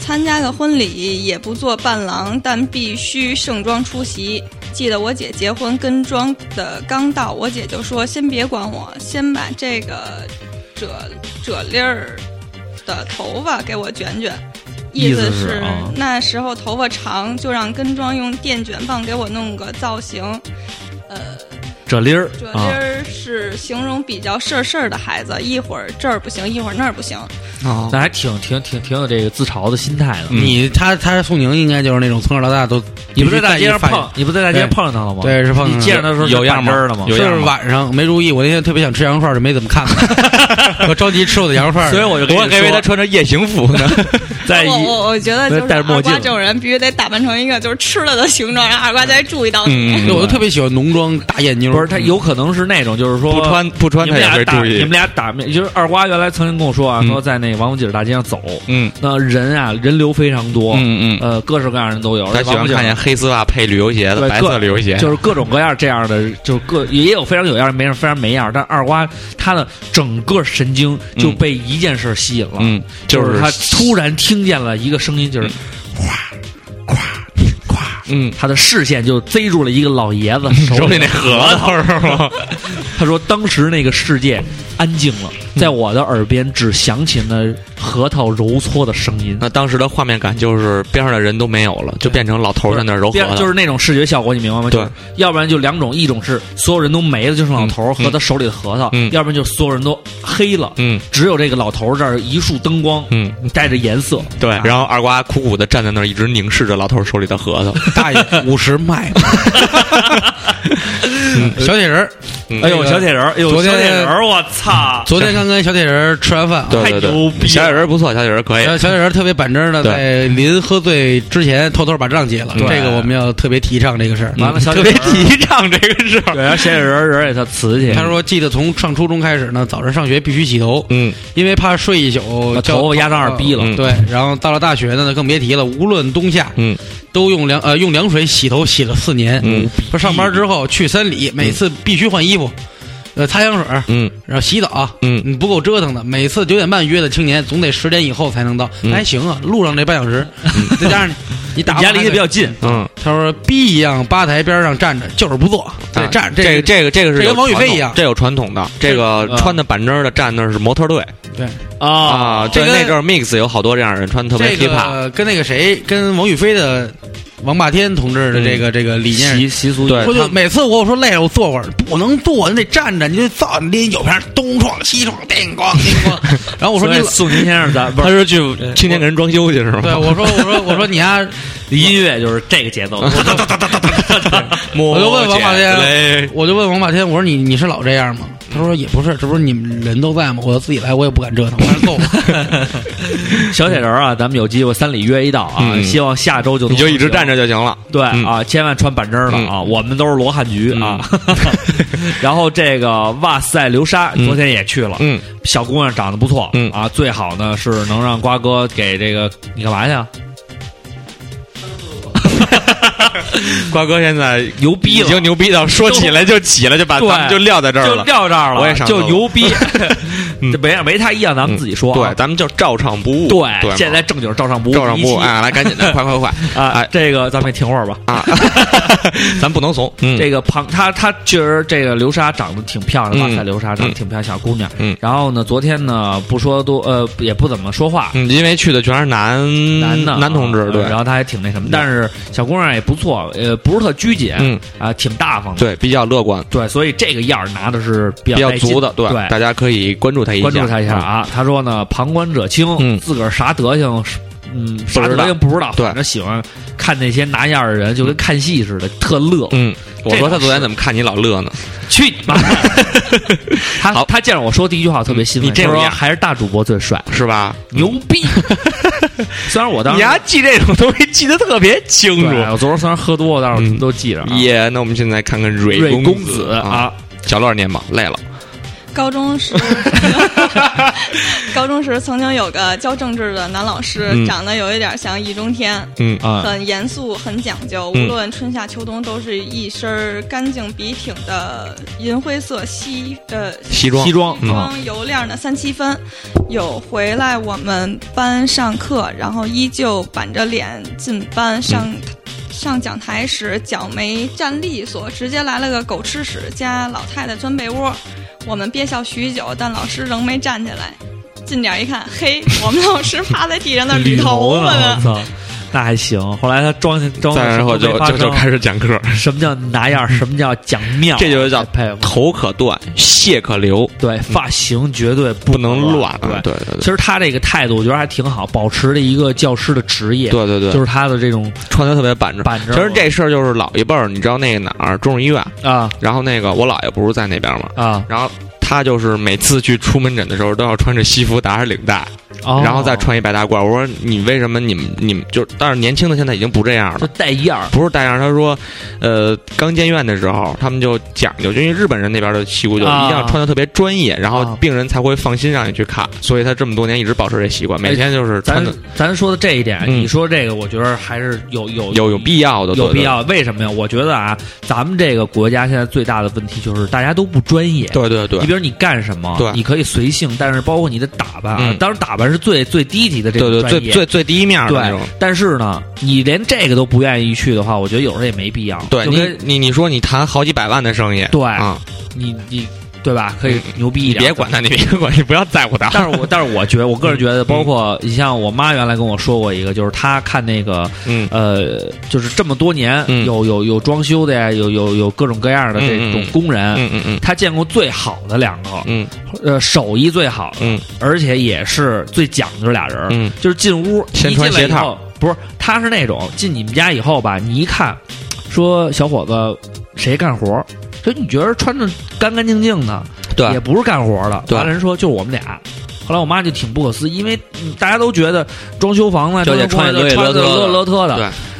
D: 参加个婚礼也不做伴郎，但必须盛装出席。记得我姐结婚跟妆的刚到，我姐就说：“先别管我，先把这个褶褶粒儿的头发给我卷卷。”
A: 意思是
D: 思
A: 啊
D: 那时候头发长，就让跟妆用电卷棒给我弄个造型。呃，
A: 褶粒儿
D: 褶粒
A: 啊，
D: 儿是形容比较事儿事儿的孩子，一会儿这儿不行，一会儿那儿不行。
C: 啊
A: 那还挺挺挺挺有这个自嘲的心态的。
B: 嗯
C: 你他他宋宁应该就是那种从小到大都
A: 你不是在大街上
C: 必须在意
A: 碰，你不是在大街上碰上他了吗？，
C: 对嗯是碰
A: 你见着他的时候
B: 有样
A: 吗
B: 吗？
A: 了吗？
B: 有
C: 就是
B: 样吗？
C: 晚上没注意，我那天特别想吃羊肉串儿，就没怎么 看看，我着急吃我的羊肉串儿。
A: 所以我就跟
B: 我
A: 你
B: 还以为他
A: 说，
B: 穿着夜行服呢。
A: 在哎一
D: 我我我觉得就是
A: 戴着墨
D: 二
A: 镜
D: 瓜这种人必须得打扮成一个就是吃了的形状，让二瓜再注意到你。
B: 嗯，
C: 对我就特别喜欢浓妆大眼妞儿，
A: 不是他有可能是那种就是说
B: 不穿不穿
A: 你
B: 他
A: 们
B: 也
A: 俩
B: 会
A: 打
B: 注
A: 你
B: 意
A: 们。俩打面，就是二瓜原来曾经跟我说啊，
B: 嗯
A: 说在那王府井大街上走，
B: 嗯
A: 那人啊人流非常多，
B: 嗯嗯，
A: 呃各式各样的人都有，
B: 他喜欢看见黑丝袜配旅游鞋
A: 对
B: 的白
A: 各
B: 色旅游鞋，
A: 就是各种各样这样的，就是各也有非常有样，没人非常没样。但二瓜他的整个神经就被一件事吸引了，
B: 嗯，
A: 就
B: 就是
A: 他突然听见了一个声音，就是
B: 嗯
A: 他的视线就逮住了一个老爷子
B: 手
A: 手
B: 里那盒子是吗？
A: 他说当时那个世界安静了，
B: 嗯
A: 在我的耳边只响起那核桃揉搓的声音。
B: 那当时的画面感就是边上的人都没有了，就变成老头儿在那儿揉核
A: 边
B: 桃，
A: 就是那种视觉效果，你明白吗？
B: 对
A: 就是，要不然就两种，一种是所有人都没了，就剩老头儿和他手里的核桃；
B: 嗯
A: 要不然就所有人都黑了，
B: 嗯
A: 只有这个老头儿这儿一束灯光，
B: 嗯，
A: 带着颜色。
B: 对。
A: 啊
B: 然后二瓜苦苦的站在那儿，一直凝视着老头儿手里的 核桃。
C: 大爷 五十卖吧。嗯小铁人儿，
B: 嗯
A: 哎呦，小铁人儿，哎呦，
C: 昨天
A: 小铁人儿，我操！
C: 昨天刚跟小铁人儿吃完饭啊，
B: 对
A: 太
B: 对
A: 牛逼了
B: 对，小铁人儿不错，小铁人儿 可以。
C: 小小铁人儿特别板正的，
B: 对
C: 在临喝醉之前偷偷把账结了。
B: 对
C: 这个我们要特别提倡这个事儿。
A: 完了，小
B: 特
A: 铁人
B: 别
A: 儿
B: 提倡这个事儿。
A: 对，然后小铁人儿人儿也特瓷气，
C: 他说：“记得从上初中开始呢，早上上学必须洗头，
B: 嗯，
C: 因为怕睡一宿
A: 把
C: 浇
A: 头发压成二逼了
B: 嗯
C: 对，然后到了大学呢，更别提了，无论冬夏，
B: 嗯，
C: 都用凉呃用凉水洗头，洗了四年。
B: 嗯
C: 说上班之后去三
A: 嗯
C: 里，每次必须换衣服，呃，擦香水，
B: 嗯
C: 然后洗澡。
B: 嗯
C: 你不够折腾的，每次九点半约的青年，总得十点以后才能到，
B: 嗯
C: 还行啊，路上这半小时，再加上你你打
A: 嗯你家离得比较近，
B: 嗯，
C: 他说逼一样吧台边上站着，就是不坐，得
B: 啊
C: 站
B: 这
C: 这
B: 个这个这个是
C: 这
B: 有
C: 跟王宇
B: 传
C: 飞
B: 统
C: 一样
B: 这有传统的。这个
A: 嗯
B: 穿的板正的站那儿是模特队
C: 对
A: 啊
B: 啊，对
C: 这跟
B: 那阵儿 mix 有好多这样的人，穿特别
C: 这
B: hiphop。
C: 个跟那个谁跟王宇飞的王霸天同志的这个这个理念
A: 习习俗
B: 对
C: 说就每次嗯我说累了，我坐会儿，不能坐，你得站着，你就造你拎有瓶东撞西撞，叮咣叮 咣。然后我
A: 我说
C: 说你
A: 这
C: 老，
A: 宋秦先生咱不
B: 他
A: 是
B: 是去青年给人装修去是
C: 对
B: 吗？
C: 我说我说我说你啊，
A: 音乐就是这个节奏，
B: 嗯我
C: 我就问王霸天
B: 天，
C: 我就问王霸天，我说你你是老这样吗？他说也不是，这不是你们人都在吗？我要自己来，我也不敢折腾，我说够了。
A: 小铁人儿啊，咱们有机会三里约一道啊，
B: 嗯
A: 希望下周就
B: 你就一直站
A: 着。
B: 着就行了。
A: 对
B: 嗯
A: 啊，千万穿板正儿了啊！我们都是罗汉局啊。 然后这个哇塞流沙
B: 嗯
A: 昨天也去了，
B: 嗯，
A: 小姑娘长得不错，
B: 嗯
A: 啊，最好呢是能让瓜哥给这个你干嘛去？啊？
B: 瓜哥现在
A: 牛逼
B: 已
A: 了
B: 经，牛逼到说起来就起来，就把
A: 对
B: 咱们就撂在这儿
A: 就
B: 了。
A: 撂这儿了，
B: 我也上
A: 就
B: 头了
A: 牛逼，
B: 嗯
A: 这没没他一样，咱们自己说啊
B: 对，。咱们就照唱不误。对
A: 对，
B: 吗，
A: 现在正经照上不误，
B: 照唱
A: 第
B: 不误
A: 一期
B: 啊！来，赶紧的，快快快
A: 啊
B: 哎！
A: 这个咱们也停会儿吧。
B: 啊！咱不能怂。嗯，
A: 这个庞，她她确实这个流沙长得挺漂亮，
B: 嗯
A: 哇塞，流沙长得挺漂亮，小姑娘。
B: 嗯
A: 然后呢，昨天呢不说多，呃，也不怎么说话，
B: 嗯，因为去的全是男
A: 男的啊
B: 嗯男同志，对
A: 然后她还挺那什么，但是小姑娘也不错，呃，不是特拘谨，
B: 嗯
A: 啊，挺大方的，
B: 对，比较乐观，
A: 对，所以这个样儿拿的是比
B: 比
A: 较
B: 较
A: 带劲
B: 足的，对，
A: 对，
B: 大家可以关注他一下，
A: 关注他一下啊。他说呢，旁观者清，
B: 嗯
A: 自个儿啥德行是，嗯，啥
B: 不知
A: 德
B: 道
A: 行不知道，
B: 对
A: 反正喜欢看那些拿样儿的人，就跟看戏似的，特乐。
B: 嗯。嗯，我
A: 这倒
B: 说他
A: 是
B: 昨天怎么看你老乐呢？
A: 去你妈 的！他
B: 好
A: 他见着我说第一句话我特别欣慰，
B: 你这
A: 他说
B: 样
A: 还是大主播最帅，
B: 是吧？
A: 牛逼！ 虽然我当时
B: 你还记这种东西记得特别清
A: 对，
B: 楚。
A: 我昨儿虽然喝多，但是我
B: 嗯
A: 都记着啊。
B: 耶，那我们现在看看
A: 瑞
B: 蕊
A: 公
B: 子啊，
A: 啊，
B: 小乐念吧，累了。
D: 高 中时，高中时曾经有个教政治的男老师，
B: 嗯
D: 长得有一点像易中天，
B: 嗯
A: 啊，
D: 很严肃，很讲究，无
B: 嗯
D: 论春夏秋冬都是一身儿干净笔挺的银灰色西呃
B: 西装
A: 西装
B: 嗯
A: 啊，
D: 装油亮的三七分，有回来我们班上课，然后依旧板着脸进班上。上讲台时脚没站利索，直接来了个狗吃屎加老太太钻被窝。我们憋笑许久，但老师仍没站起来。近点儿一看，嘿，我们老师趴在地上那儿捋头发
A: 啊呢，我
D: 呢。
A: 操，那还行。后来他装下装下
B: 再
A: 什么
B: 然后
A: 都
B: 就
A: 没发
B: 就
A: 生，
B: 就开始讲课，
A: 什么叫拿 样儿，什么叫讲妙，
B: 这就是叫
A: 佩服。
B: 头可断，血可流，
A: 对，发型绝对不
B: 不能乱
A: 对
B: 啊！对对
A: 其实他这个态度，我觉得还挺好，保持了一个教师的职业，
B: 对对对
A: 就
B: 对，
A: 是他的这种
B: 穿的特别板正。
A: 板正。
B: 其实这事儿就是老一辈儿，你知道那个哪儿中医院，
A: 啊
B: 然后那个我姥爷不是在那边吗？
A: 啊，
B: 然后他就是每次去出门诊的时候都要穿着西服打着领带，
A: 哦
B: 然后再穿一白大褂。我说你为什么你们你们就但是年轻的现在已经不这样
A: 就
B: 了。
A: 带样儿。
B: 不是带样，他说，呃，刚建院的时候，他们就讲究，就因为日本人那边的西服就一
A: 啊
B: 定要穿的特别专业，然后
A: 啊
B: 病人才会放心让你去看，所以他这么多年一直保持这习惯，每天就是穿
A: 哎咱
B: 的
A: 咱说的这一点，
B: 嗯
A: 你说这个，我觉得还是有有
B: 有有必要的，
A: 有
B: 对
A: 必，要。为什么呀？我觉得啊，咱们这个国家现在最大的问题就是大家都不专业。
B: 对对对
A: 你
B: 对
A: 比如你干什么，
B: 对
A: 你可以随性，但是包括你的打扮啊
B: 嗯，
A: 当然打扮是最最低级的这
B: 对
A: 种专
B: 对，最
A: 业。
B: 最最第一面的
A: 对
B: 那种。，
A: 但是呢，你连这个都不愿意去的话，我觉得有时候也没必要。
B: 对
A: 就
B: 你
A: 跟
B: 你你说你谈好几百万的生意，
A: 对
B: 啊，
A: 你你对吧？可以牛逼一
B: 你
A: 点。
B: 别管嗯他，你别管，你不要在乎他。
A: 但是我但是我觉得，我个人觉得，包括你像我妈原来跟我说过一个，就是她看那个
B: 嗯
A: 呃，就是这么多年
B: 嗯
A: 有有有装修的呀，有有有各种各样的这
B: 嗯嗯
A: 种
B: 嗯
A: 工人，
B: 嗯嗯嗯
A: 她见过最好的两个，
B: 嗯
A: 呃，手艺最好的，
B: 嗯
A: 而且也是最讲究俩人儿，
B: 嗯
A: 就是进屋
B: 先
A: 一
B: 穿
A: 进来
B: 鞋套
A: 以后，不是，他是那种进你们家以后吧，你一看，说小伙子谁干活儿，所以你觉得穿着干干净净的，
B: 对
A: 也不是干活儿的。
B: 对
A: 完了人说就是我们俩。后来我妈就挺不可思议，因为嗯大家都觉得装修房呢，
B: 就得
A: 装修
B: 穿
A: 房
B: 得
A: 子穿
B: 勒
A: 得
B: 特的
A: 勒勒特的，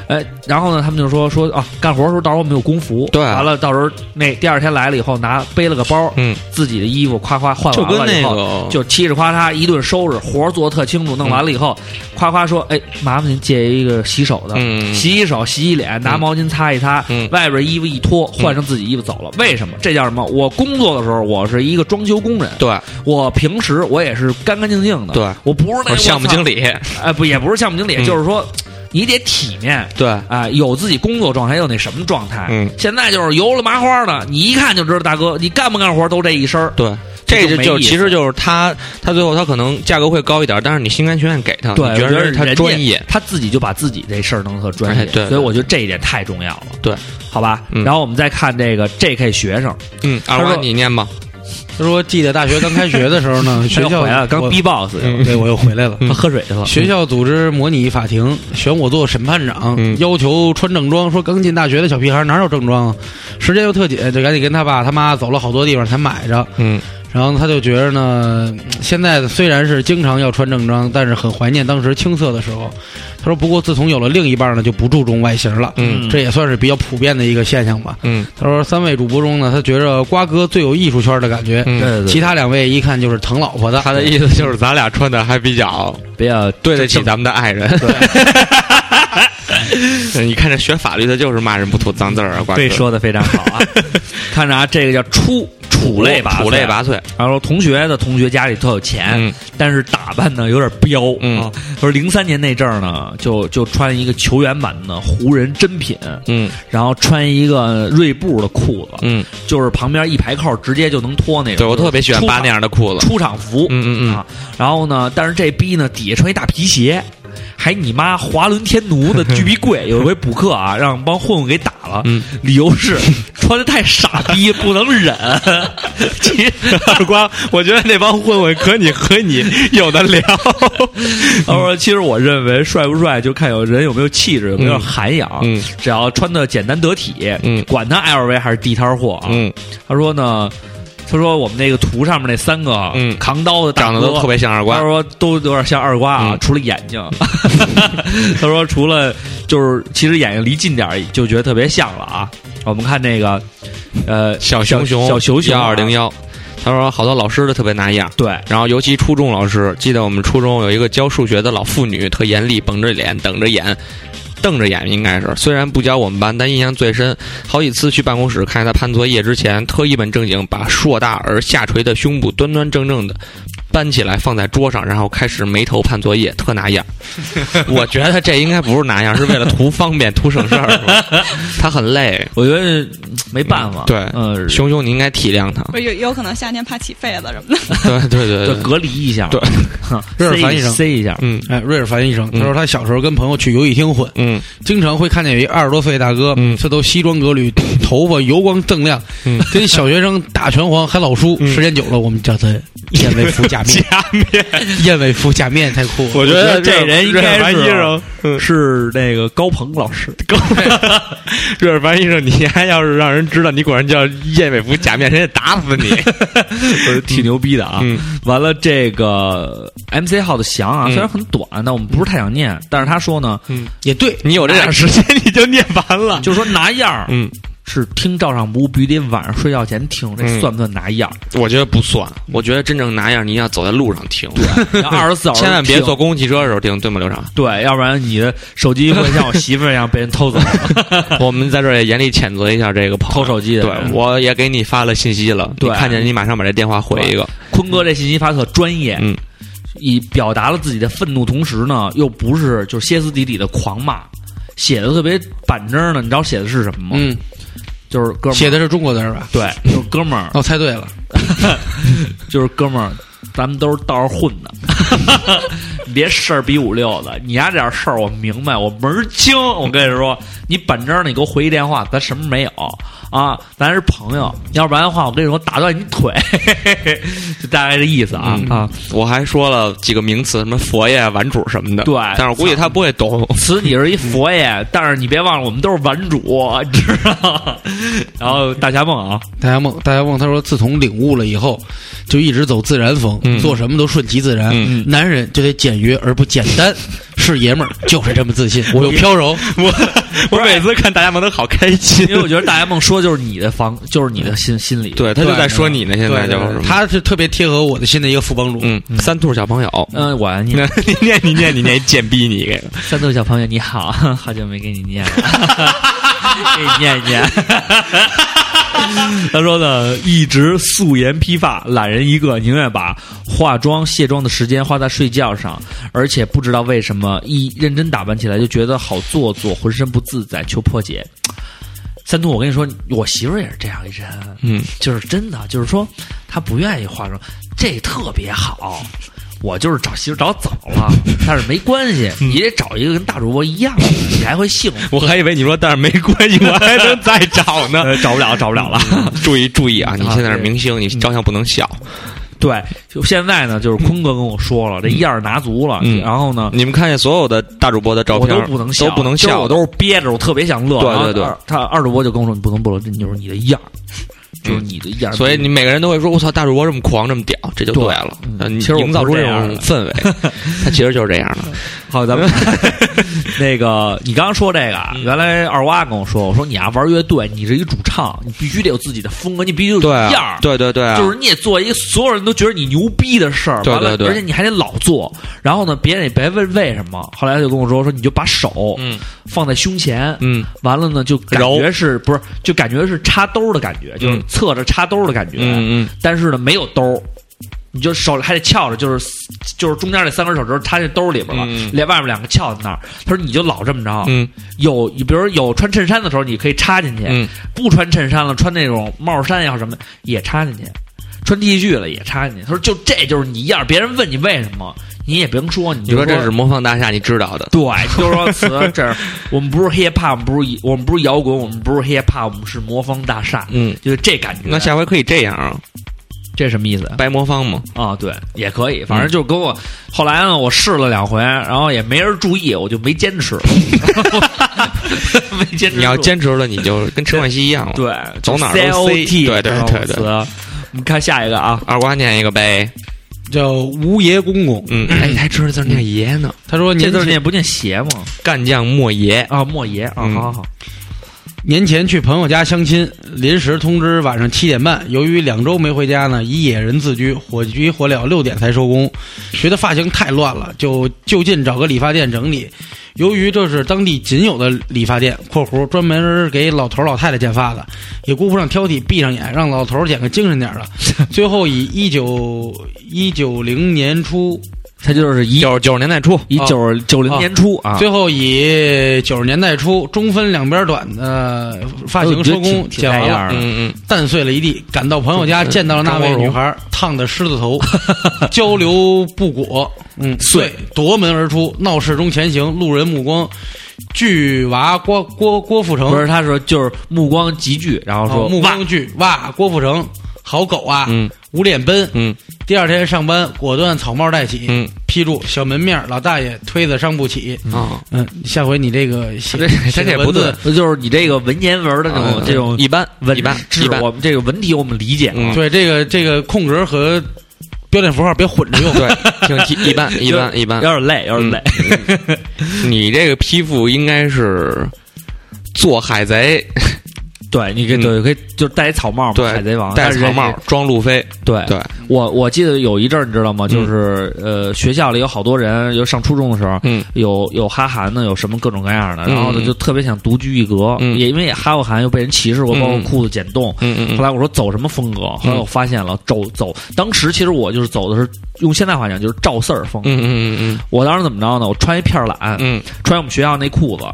B: 对，
A: 哎，然后呢，他们就说说啊，干活的时候到时候我们有工服，
B: 对
A: 完了到时候那第二天来了以后拿背了个包，
B: 嗯，
A: 自己的衣服夸夸换
B: 就跟
A: 完了
B: 那
A: 以后，
B: 个
A: 就嘁哧夸嚓一顿收拾，活儿做得特清楚，弄完了以后，夸夸说：“哎，麻烦您借一个洗手的，
B: 嗯
A: 洗洗手，洗洗脸，拿毛巾擦一擦，
B: 嗯
A: 外边衣服一脱，换上自己衣服走了。为什么？这叫什么？我工作的时候，我是一个装修工人，
B: 对
A: 我平时我也是干干净净的，
B: 对，
A: 我不是那
B: 我项目经
A: 理，
B: 理
A: 哎，不也不是项目经理，
B: 嗯
A: 就是说你得体面。”
B: 对。
A: 啊、有自己工作状态，有那什么状态？
B: 嗯
A: 现在就是油了麻花的，你一看就知道，大哥，你干不干活都这一身儿。
B: 对，这
A: 就
B: 就
A: 没
B: 就
A: 意
B: 其
A: 思
B: 实就是他，他最后他可能价格会高一点，但是你心甘情愿给他，
A: 对，
B: 你觉
A: 我觉
B: 得
A: 得
B: 他
A: 人家
B: 专业，
A: 他自己就把自己这事儿弄得特专业，
B: 哎对
A: 所以我觉得这一点太重要了，
B: 对，
A: 好吧。
B: 嗯
A: 然后我们再看这个 J.K. 学生，
B: 嗯，二
A: 说
B: 娃你念吧，
C: 他说记得大学刚开学的时候呢，
A: 他
C: 学
A: 又
C: 校
A: 回来了，刚
C: 我
A: B boss，
B: 嗯
C: 对我又回来了。
A: 他喝水去了。
C: 学校组织模拟法庭，选我做审判长，
B: 嗯
C: 要求穿正装。说刚进大学的小屁孩哪有正装啊？时间又特紧，就赶紧跟他爸他妈走了好多地方才买着。
B: 嗯
C: 然后他就觉着呢，嗯现在虽然是经常要穿正装，但是很怀念当时青涩的时候。他说，不过自从有了另一半呢，就不注重外形了。
B: 嗯
C: 这也算是比较普遍的一个现象吧。
B: 嗯
C: 他说，三位主播中呢，他觉着瓜哥最有艺术圈的感觉，
A: 对
B: 嗯，
A: 对对，
C: 其他两位一看就是疼老婆的。
B: 他的意思就是咱俩穿的还比较
A: 比较
B: 对得起咱们的爱人。 你看这学法律的，就是骂人不吐脏字儿啊，瓜哥
A: 这说的非常好 啊。看着啊，这个叫出楚类拔
B: 楚类啊拔萃，
A: 然后同学的同学家里特有钱，
B: 嗯
A: 但是打扮呢有点彪、
B: 嗯
A: 啊。他说零三年那阵儿呢，就就穿一个球员版的湖人真品，
B: 嗯
A: 然后穿一个锐步的裤子，
B: 嗯，
A: 就是旁边一排扣直接就能脱那种。
B: 对我特别喜欢
A: 出
B: 扒
A: 场
B: 那样的裤子，
A: 出场服。
B: 嗯嗯嗯
A: 啊，然后呢，但是这逼呢底下穿一大皮鞋，还你妈华伦天奴 的巨逼贵。有一回补课啊，让帮混混给打了，
B: 嗯
A: 理由是穿的太傻逼，不能 忍。其实
B: 二瓜，我觉得那帮混混和你和你有的 聊，
A: 他说，其实我认为帅不帅就看有人有没有气质，有没有
B: 嗯
A: 涵养，
B: 嗯
A: 只要穿的简单得体，
B: 嗯
A: 管他 LV 还是地摊货啊。
B: 嗯，
A: 他说呢，他说我们那个图上面那三个
B: 嗯
A: 扛刀的大
B: 长得
A: 哥
B: 都特别像二
A: 他
B: 瓜，
A: 说都有点像二瓜啊，
B: 嗯
A: 除了眼 睛。 他说除了就是其实眼睛离近点儿就觉得特别像了啊。我们看那个，呃，
B: 小熊熊，啊
A: 小熊熊
B: 幺二零幺，他说好多老师都特别拿样。
A: 对，
B: 然后尤其初中老师，记得我们初中有一个教数学的老妇女，特严厉，绷着脸，等着眼。瞪着眼应该是，虽然不教我们班，但印象最深。好几次去办公室看见她判作业之前，特一本正经把硕大而下垂的胸部端端正正的搬起来放在桌上，然后开始埋头判作业，特拿样。我觉得这应该不是拿样，是为了图方便、图省事儿。是吧她很累，
A: 我觉得嗯没办法，
B: 对
A: 嗯，
B: 熊熊你应该体谅她。
D: 有有可能夏天怕起痱子什么
B: 对
D: 的。
B: 对对
A: 就
B: 对，
A: 隔离一下，
B: 对
A: 哼，
C: 这是
A: 塞
C: 樊
A: 一
C: 医生
A: 塞一下，
B: 嗯
C: 哎，瑞尔凡医生，他
B: 嗯
C: 说他小时候跟朋友去游戏厅混，
B: 嗯
C: 经常会看见有一二十多岁大哥，
B: 嗯
C: 这都西装革履，头发油光锃亮，
B: 嗯
C: 跟小学生打拳皇还老输。
B: 嗯
C: 时间久了，我们叫他燕尾服假面，假 面，燕尾服假面太酷了。
A: 觉得这人应该
B: 瑞尔凡医
A: 是
B: 生嗯
A: 是那个高鹏老 师，
B: 瑞尔凡医生，你还要是让人知道你果然叫燕尾服假面，人家打死你。
A: 挺牛逼的 啊。完了，这个 MC 号的翔啊，
B: 嗯
A: 虽然很短，但我们不是太想念，但是他说呢，
B: 嗯，
C: 也对，
B: 你有这点时间你就念完了。
A: 就说拿样儿，
B: 嗯，
A: 是听照上不误，必须得晚上睡觉前听，这
B: 嗯
A: 算不算拿样？
B: 我觉得不算，我觉得真正拿样，你要走在路上听，
A: 二十四小时
B: 千万别
A: 听
B: 坐。公共汽车的时候听，对吗，刘畅？
A: 对，要不然你的手机会像我媳妇儿一样被人 偷走，
B: 我们在这儿也严厉谴责一下这个朋
A: 偷
B: 友。
A: 手机的人。
B: 对，我也给你发了信息了，
A: 对
B: 你看见你马上把这电话回一个。
A: 坤哥这信息发特专业，
B: 嗯，
A: 以表达了自己的愤怒，同时呢，又不是就是歇斯底里的狂骂，写的特别板正的。你知道写的是什么吗？
C: 嗯，
A: 就是哥们
C: 写
A: 儿，
C: 的是中国字儿吧？
A: 对，就是哥们儿，
C: 哦，猜对了，
A: 就是哥们儿，咱们都是道上混的， 别事儿比五六的。你家点事儿我明白，我门儿清。我跟你说，你板正儿你给我回一电话，咱什么没有啊？咱是朋友，要不然的话，我跟你说，我打断你腿， 就大概这意思啊、
B: 嗯
A: 啊。
B: 我还说了几个名词，什么佛爷、玩主什么的。
A: 对
B: 但是我估计他不会 懂。
A: 此你是一佛爷，但是你别忘了，我们都是玩主，你知道吗？然后大侠梦啊，
C: 大家梦，大家梦，他说自从领悟了以后，就一直走自然风，
B: 嗯
C: 做什么都顺其自然。
B: 嗯
C: 男人就得简约而不简单，是爷们儿，就是这么自信，我又飘柔。
B: 我我每次看大家们都好开心
A: 因为我觉得大侠梦说就是你的房，就是你的心心理。，
B: 对他就在说你呢，现在就是
C: 他是特别贴合我的心的一个副帮主。
B: 嗯，三兔小朋友，
A: 嗯、我爱你。
B: 那 你念你念你念贱逼你给
A: 三豆小朋友你好，好久没给你念了，给你念一念。 他说呢，一直素颜披发，懒人一个，宁愿把化妆卸妆的时间花在睡觉上，而且不知道为什么一认真打扮起来就觉得好做作，浑身不自在，求破解。三兔，我跟你说，我媳妇儿也是这样一人，
B: 嗯，
A: 就是真的，就是说她不愿意化妆，这特别好。我就是找媳妇儿找早了，但是没关系，
B: 嗯
A: 你得找一个跟大主播一样的，你还会 幸福。
B: 我还以为你说，但是没关系，我还能再 找呢。
A: 呃，找不了，找不了了。
B: 注意注意啊！你
A: 啊
B: 现在是
A: 对
B: 明星，你照相不能小。
A: 对，就现在呢，就是坤哥跟我说了，这样儿拿足了，
B: 嗯
A: 然后呢，
B: 你们看见所有的大主播的照
A: 我
B: 片
A: 都不能笑，
B: 都不能
A: 就是
B: 笑，
A: 我都是憋着，我特别想乐。
B: 对
A: 然后
B: 对对
A: 二他二主播就跟我说：“你不能不乐，这就是你的样儿，就是你的样儿。”
B: 嗯所以你每个人都会说：“我操，大主播这么狂，这么屌，这就
A: 对
B: 了。
A: 嗯
B: 呃”你
A: 其实我
B: 营造出
A: 不是
B: 这
A: 这样
B: 种
A: 的
B: 氛围， 他其实就是这样的。
A: 好，咱 们那个，你刚刚说这个啊，
B: 嗯
A: 原来二娃跟我说，我说你啊玩乐队，你是一主唱，你必须得有自己的风格，你必须有
B: 对
A: 样
B: 啊
A: 儿，。
B: 对对对啊，
A: 就是你得做一个所有人都觉得你牛逼的事儿，
B: 对
A: 完了
B: 对对
A: 而且你还得老做，然后呢，别人也别问为什么。后来他就跟我说，说你就把手
B: 嗯
A: 放在胸前，
B: 嗯，
A: 完了呢，就感觉是不是就感觉是插兜儿的感觉，就是侧着插兜儿的感觉，
B: 嗯嗯嗯，
A: 但是呢没有兜儿，你就手还得翘着，就是就是中间这三根手指头插进兜儿里边了，
B: 嗯
A: 连外面两个翘在那儿。他说你就老这么着，
B: 嗯
A: 有比如有穿衬衫的时候你可以插进去，
B: 嗯
A: 不穿衬衫了穿那种帽衫也好什么也插进去，穿 T 恤了也插进去。他说就这就是你一样，别人问你为什么你也甭说，你
B: 你
A: 就
B: 说这是模仿大厦，你知道的。
A: 对，就是说词，这儿我们不是 hip hop，我们不是我们不是摇滚，我们不是 hip hop，我们是魔方大厦，
B: 嗯，
A: 就是这感觉。
B: 那下回可以这样啊，
A: 这什么意思啊、
B: 白魔方嘛。
A: 对，也可以，反正就是跟我、后来呢，我试了两回，然后也没人注意，我就没坚持， 没坚持。
B: 你要。坚持了，你就跟陈冠希一样了。
A: 嗯对，
B: 走哪儿都
A: C，
B: C，对对对对
A: 我们看下一个啊，
B: 二瓜念一个呗。
C: 叫无爷公公。
B: 嗯，哎，你还知道字儿念爷呢？
C: 他说
A: 这
C: 年
A: 字
C: 前
A: 念不念邪吗？
B: 干将莫邪。
A: 啊，莫邪啊，
B: 嗯
A: 好好好，
C: 年前去朋友家相亲，临时通知晚上七点半。由于两周没回家呢，以野人自居，火急火燎六点才收工。觉得发型太乱了，就就近找个理发店整理。由于这是当地仅有的理发店（括弧专门给老头老太太剪发的），也顾不上挑剔，闭上眼让老头剪个精神点儿的。最后以一九一九零年初
A: 他就是一
B: 九九十年代初，
A: 一
C: 啊
A: 九九零
C: 啊
A: 年初啊，
C: 最后以九十年代初中分两边短的发型收工，剪完了，
B: 嗯嗯，
C: 蛋碎了一地。赶到朋友家，
B: 嗯
C: 见到了那
B: 张
C: 位
B: 国荣
C: 女孩，烫的狮子头，交流不果，嗯，碎夺门而出，闹市中前行，路人目光巨娃郭郭郭富城，
A: 不是，他说就是目光集聚，然后
C: 啊
A: 说
C: 目
A: 哇，
C: 光巨哇，郭富城好狗啊，
B: 嗯
C: 捂脸奔。
B: 嗯
C: 第二天上班，果断草帽戴起，
B: 嗯
C: 披住小门面，老大爷推子伤不起。
B: 啊，
C: 嗯，下回你这个写
B: 这
C: 写
B: 这
C: 的
B: 也
C: 文
B: 不
C: 字
B: 对，
A: 就是你这个文言文的这种、
B: 嗯
A: 哦这种
B: 一般
A: 文
B: 一般
A: 是
B: 一般
A: 我们这个文体我们理解啊。
B: 嗯
C: 对，这个这个空格和标点符号别混着用。
B: 对，挺提 一般一般一般。
A: 有点累，有点累。
B: 你这个批复应该是做海贼，
A: 对，你可以
B: 嗯
A: 对，可以就是戴一草帽嘛，
B: 对
A: 海贼王，
B: 戴
A: 啊但是
B: 草
A: 人家
B: 帽装路飞，
A: 对，
B: 对，
A: 我我记得有一阵儿，你知道吗？就是、呃，学校里有好多人，有上初中的时候，
B: 嗯
A: 有有哈韩的，有什么各种各样的，
B: 嗯
A: 然后呢，
B: 嗯
A: 就特别想独居一格，
B: 嗯
A: 也因为也哈过韩，又被人歧视过，
B: 嗯
A: 包括裤子剪洞。
B: 嗯嗯
A: 后
B: 嗯，
A: 来我说走什么风格，后来我发现了走走，当时其实我就是走的是用现在话讲就是赵四儿风。
B: 嗯嗯嗯
A: 我当时怎么着呢？我穿一片儿懒，
B: 嗯
A: 穿我们学校那裤子，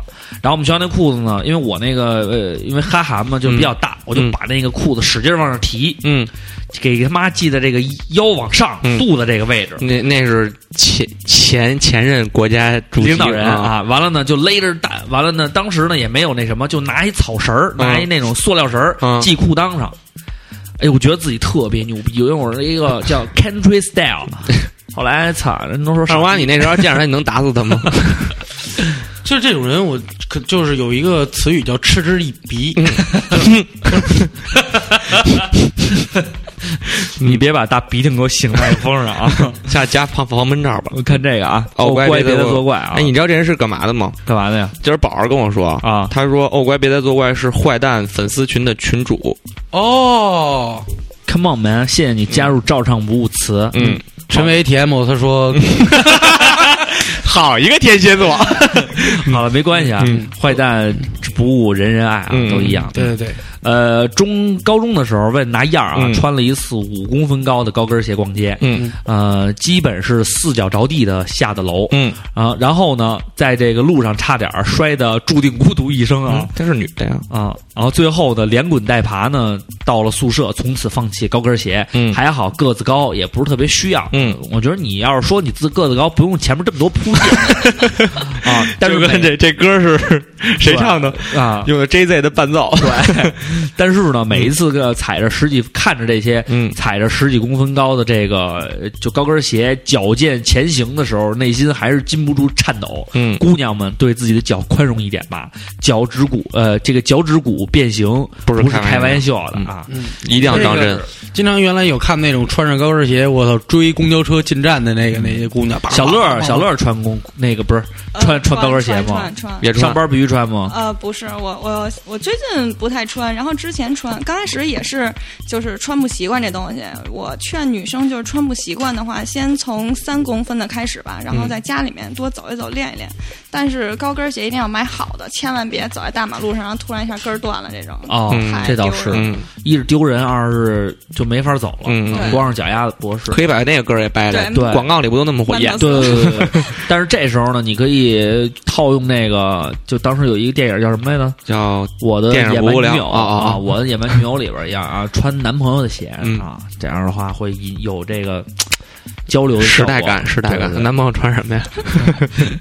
A: 然后我们学校那裤子呢，因为我那个呃，因为哈韩嘛，就比较大，我就
B: 嗯
A: 把那个裤子使劲往上提，
B: 嗯，
A: 给他妈系在这个腰往上、
B: 嗯
A: 肚子这个位置。
B: 那那是前前前任国家主席
A: 领导人，
B: 嗯
A: 啊，完了呢就勒着蛋，完了呢，当时呢也没有那什么，就拿一草绳儿，
B: 嗯
A: 拿一那种塑料绳儿
B: 嗯
A: 系裤裆上。哎，我觉得自己特别牛逼，因为我是一个叫 country style。后来操，人都说
B: 二瓜，你那时候见着他，你能打死 他吗？
C: 就是这种人，我可就是有一个词语叫嗤之以鼻，
A: 你别把大鼻涕给我擤麦克风上 啊！
B: 下加防防闷罩吧。
A: 我看这个啊，
B: 哦
A: 哦
B: 乖
A: 乖，
B: 别
A: 别
B: 再
A: 再
B: 作
A: 作怪啊！
B: 哎，你知道这人是干嘛的吗？
A: 干嘛的呀？
B: 今儿宝儿跟我说，
A: 啊，
B: 他说“哦乖，别再作怪”是坏蛋粉丝群的群主。
C: 哦，
A: Come on man，谢谢你加入照唱不误词。
B: 嗯，
C: 陈为 ATM，他说
B: 好一个天蝎座。
A: 好了，没关系啊，
B: 嗯
A: 坏蛋不误人人爱啊，
B: 嗯
A: 都一样。
C: 对对对，
A: 呃，中高中的时候为了拿样儿啊，
B: 嗯
A: 穿了一四五公分高的高跟鞋逛街，
B: 嗯
A: 呃，基本是四脚着地的下的楼
B: 嗯，
A: 啊、然后呢，在这个路上差点儿摔得注定孤独一生啊。
B: 嗯她是女的呀。
A: 啊、然后最后的连滚带爬呢，到了宿舍，从此放弃高跟鞋。
B: 嗯
A: 还好个子高，也不是特别需要。
B: 嗯，
A: 我觉得你要是说你自个子高，不用前面这么多铺垫啊。但是每
B: 这歌是谁的？
A: 啊，
B: 用的 JZ 的伴奏。
A: 对，但是呢，每一次个踩着十几，看着这些
B: 嗯
A: 踩着十几公分高的这个呃就高跟鞋矫健前行的时候，内心还是禁不住颤抖。
B: 嗯
A: 姑娘们，对自己的脚宽容一点吧，脚趾骨呃，这个脚趾骨变形
B: 不是
A: 是
B: 开
A: 开
B: 玩
A: 玩笑的啊。
C: 嗯，
B: 一定要当
C: 这
B: 真
C: 个。经常原来有看那种穿着高跟鞋，我操，追公交车进站的那个那些姑娘，叭
A: 小乐，
C: 叭
A: 小乐穿工那个不是穿
D: 呃
A: 穿高跟鞋吗
D: 穿穿。
B: 别
A: 上
B: 穿。
A: 班必须穿吗？
D: 呃，不是，我我我最近不太穿，然后之前穿，刚开始也是就是穿不习惯这东西。我劝女生就是穿不习惯的话，先从三公分的开始吧，
A: 嗯
D: 然后在家里面多走一走，练一练。但是高跟鞋一定要买好的，千万别走在大马路上，然后突然一下跟儿断了这种。
A: 哦，
B: 嗯
A: 这倒
D: 太
A: 是
D: 哎丢，人
B: 嗯
A: 一是丢人，二是就没法走了，
B: 嗯嗯
A: 光着脚丫子不合适。
B: 可以把那个歌也掰了。
D: 对
A: 对
B: 广告里不都那么火
D: 慢
B: 演
D: 慢？
A: 对对对对，但是这时候呢，你可以套用那个，就当时有一个电影叫什么来着？
B: 叫
A: 我的
B: 电影
A: 野
B: 不
A: 蛮
B: 无
A: 女
B: 聊
A: 友
B: 啊啊啊
A: 啊，我的野蛮女友里边一样啊，穿男朋友的鞋
B: 嗯
A: 啊，这样的话会引有这个交流的
B: 时
A: 效果
B: 代感，时代
A: 对对
B: 感。
A: 对
B: 男朋友穿什么呀？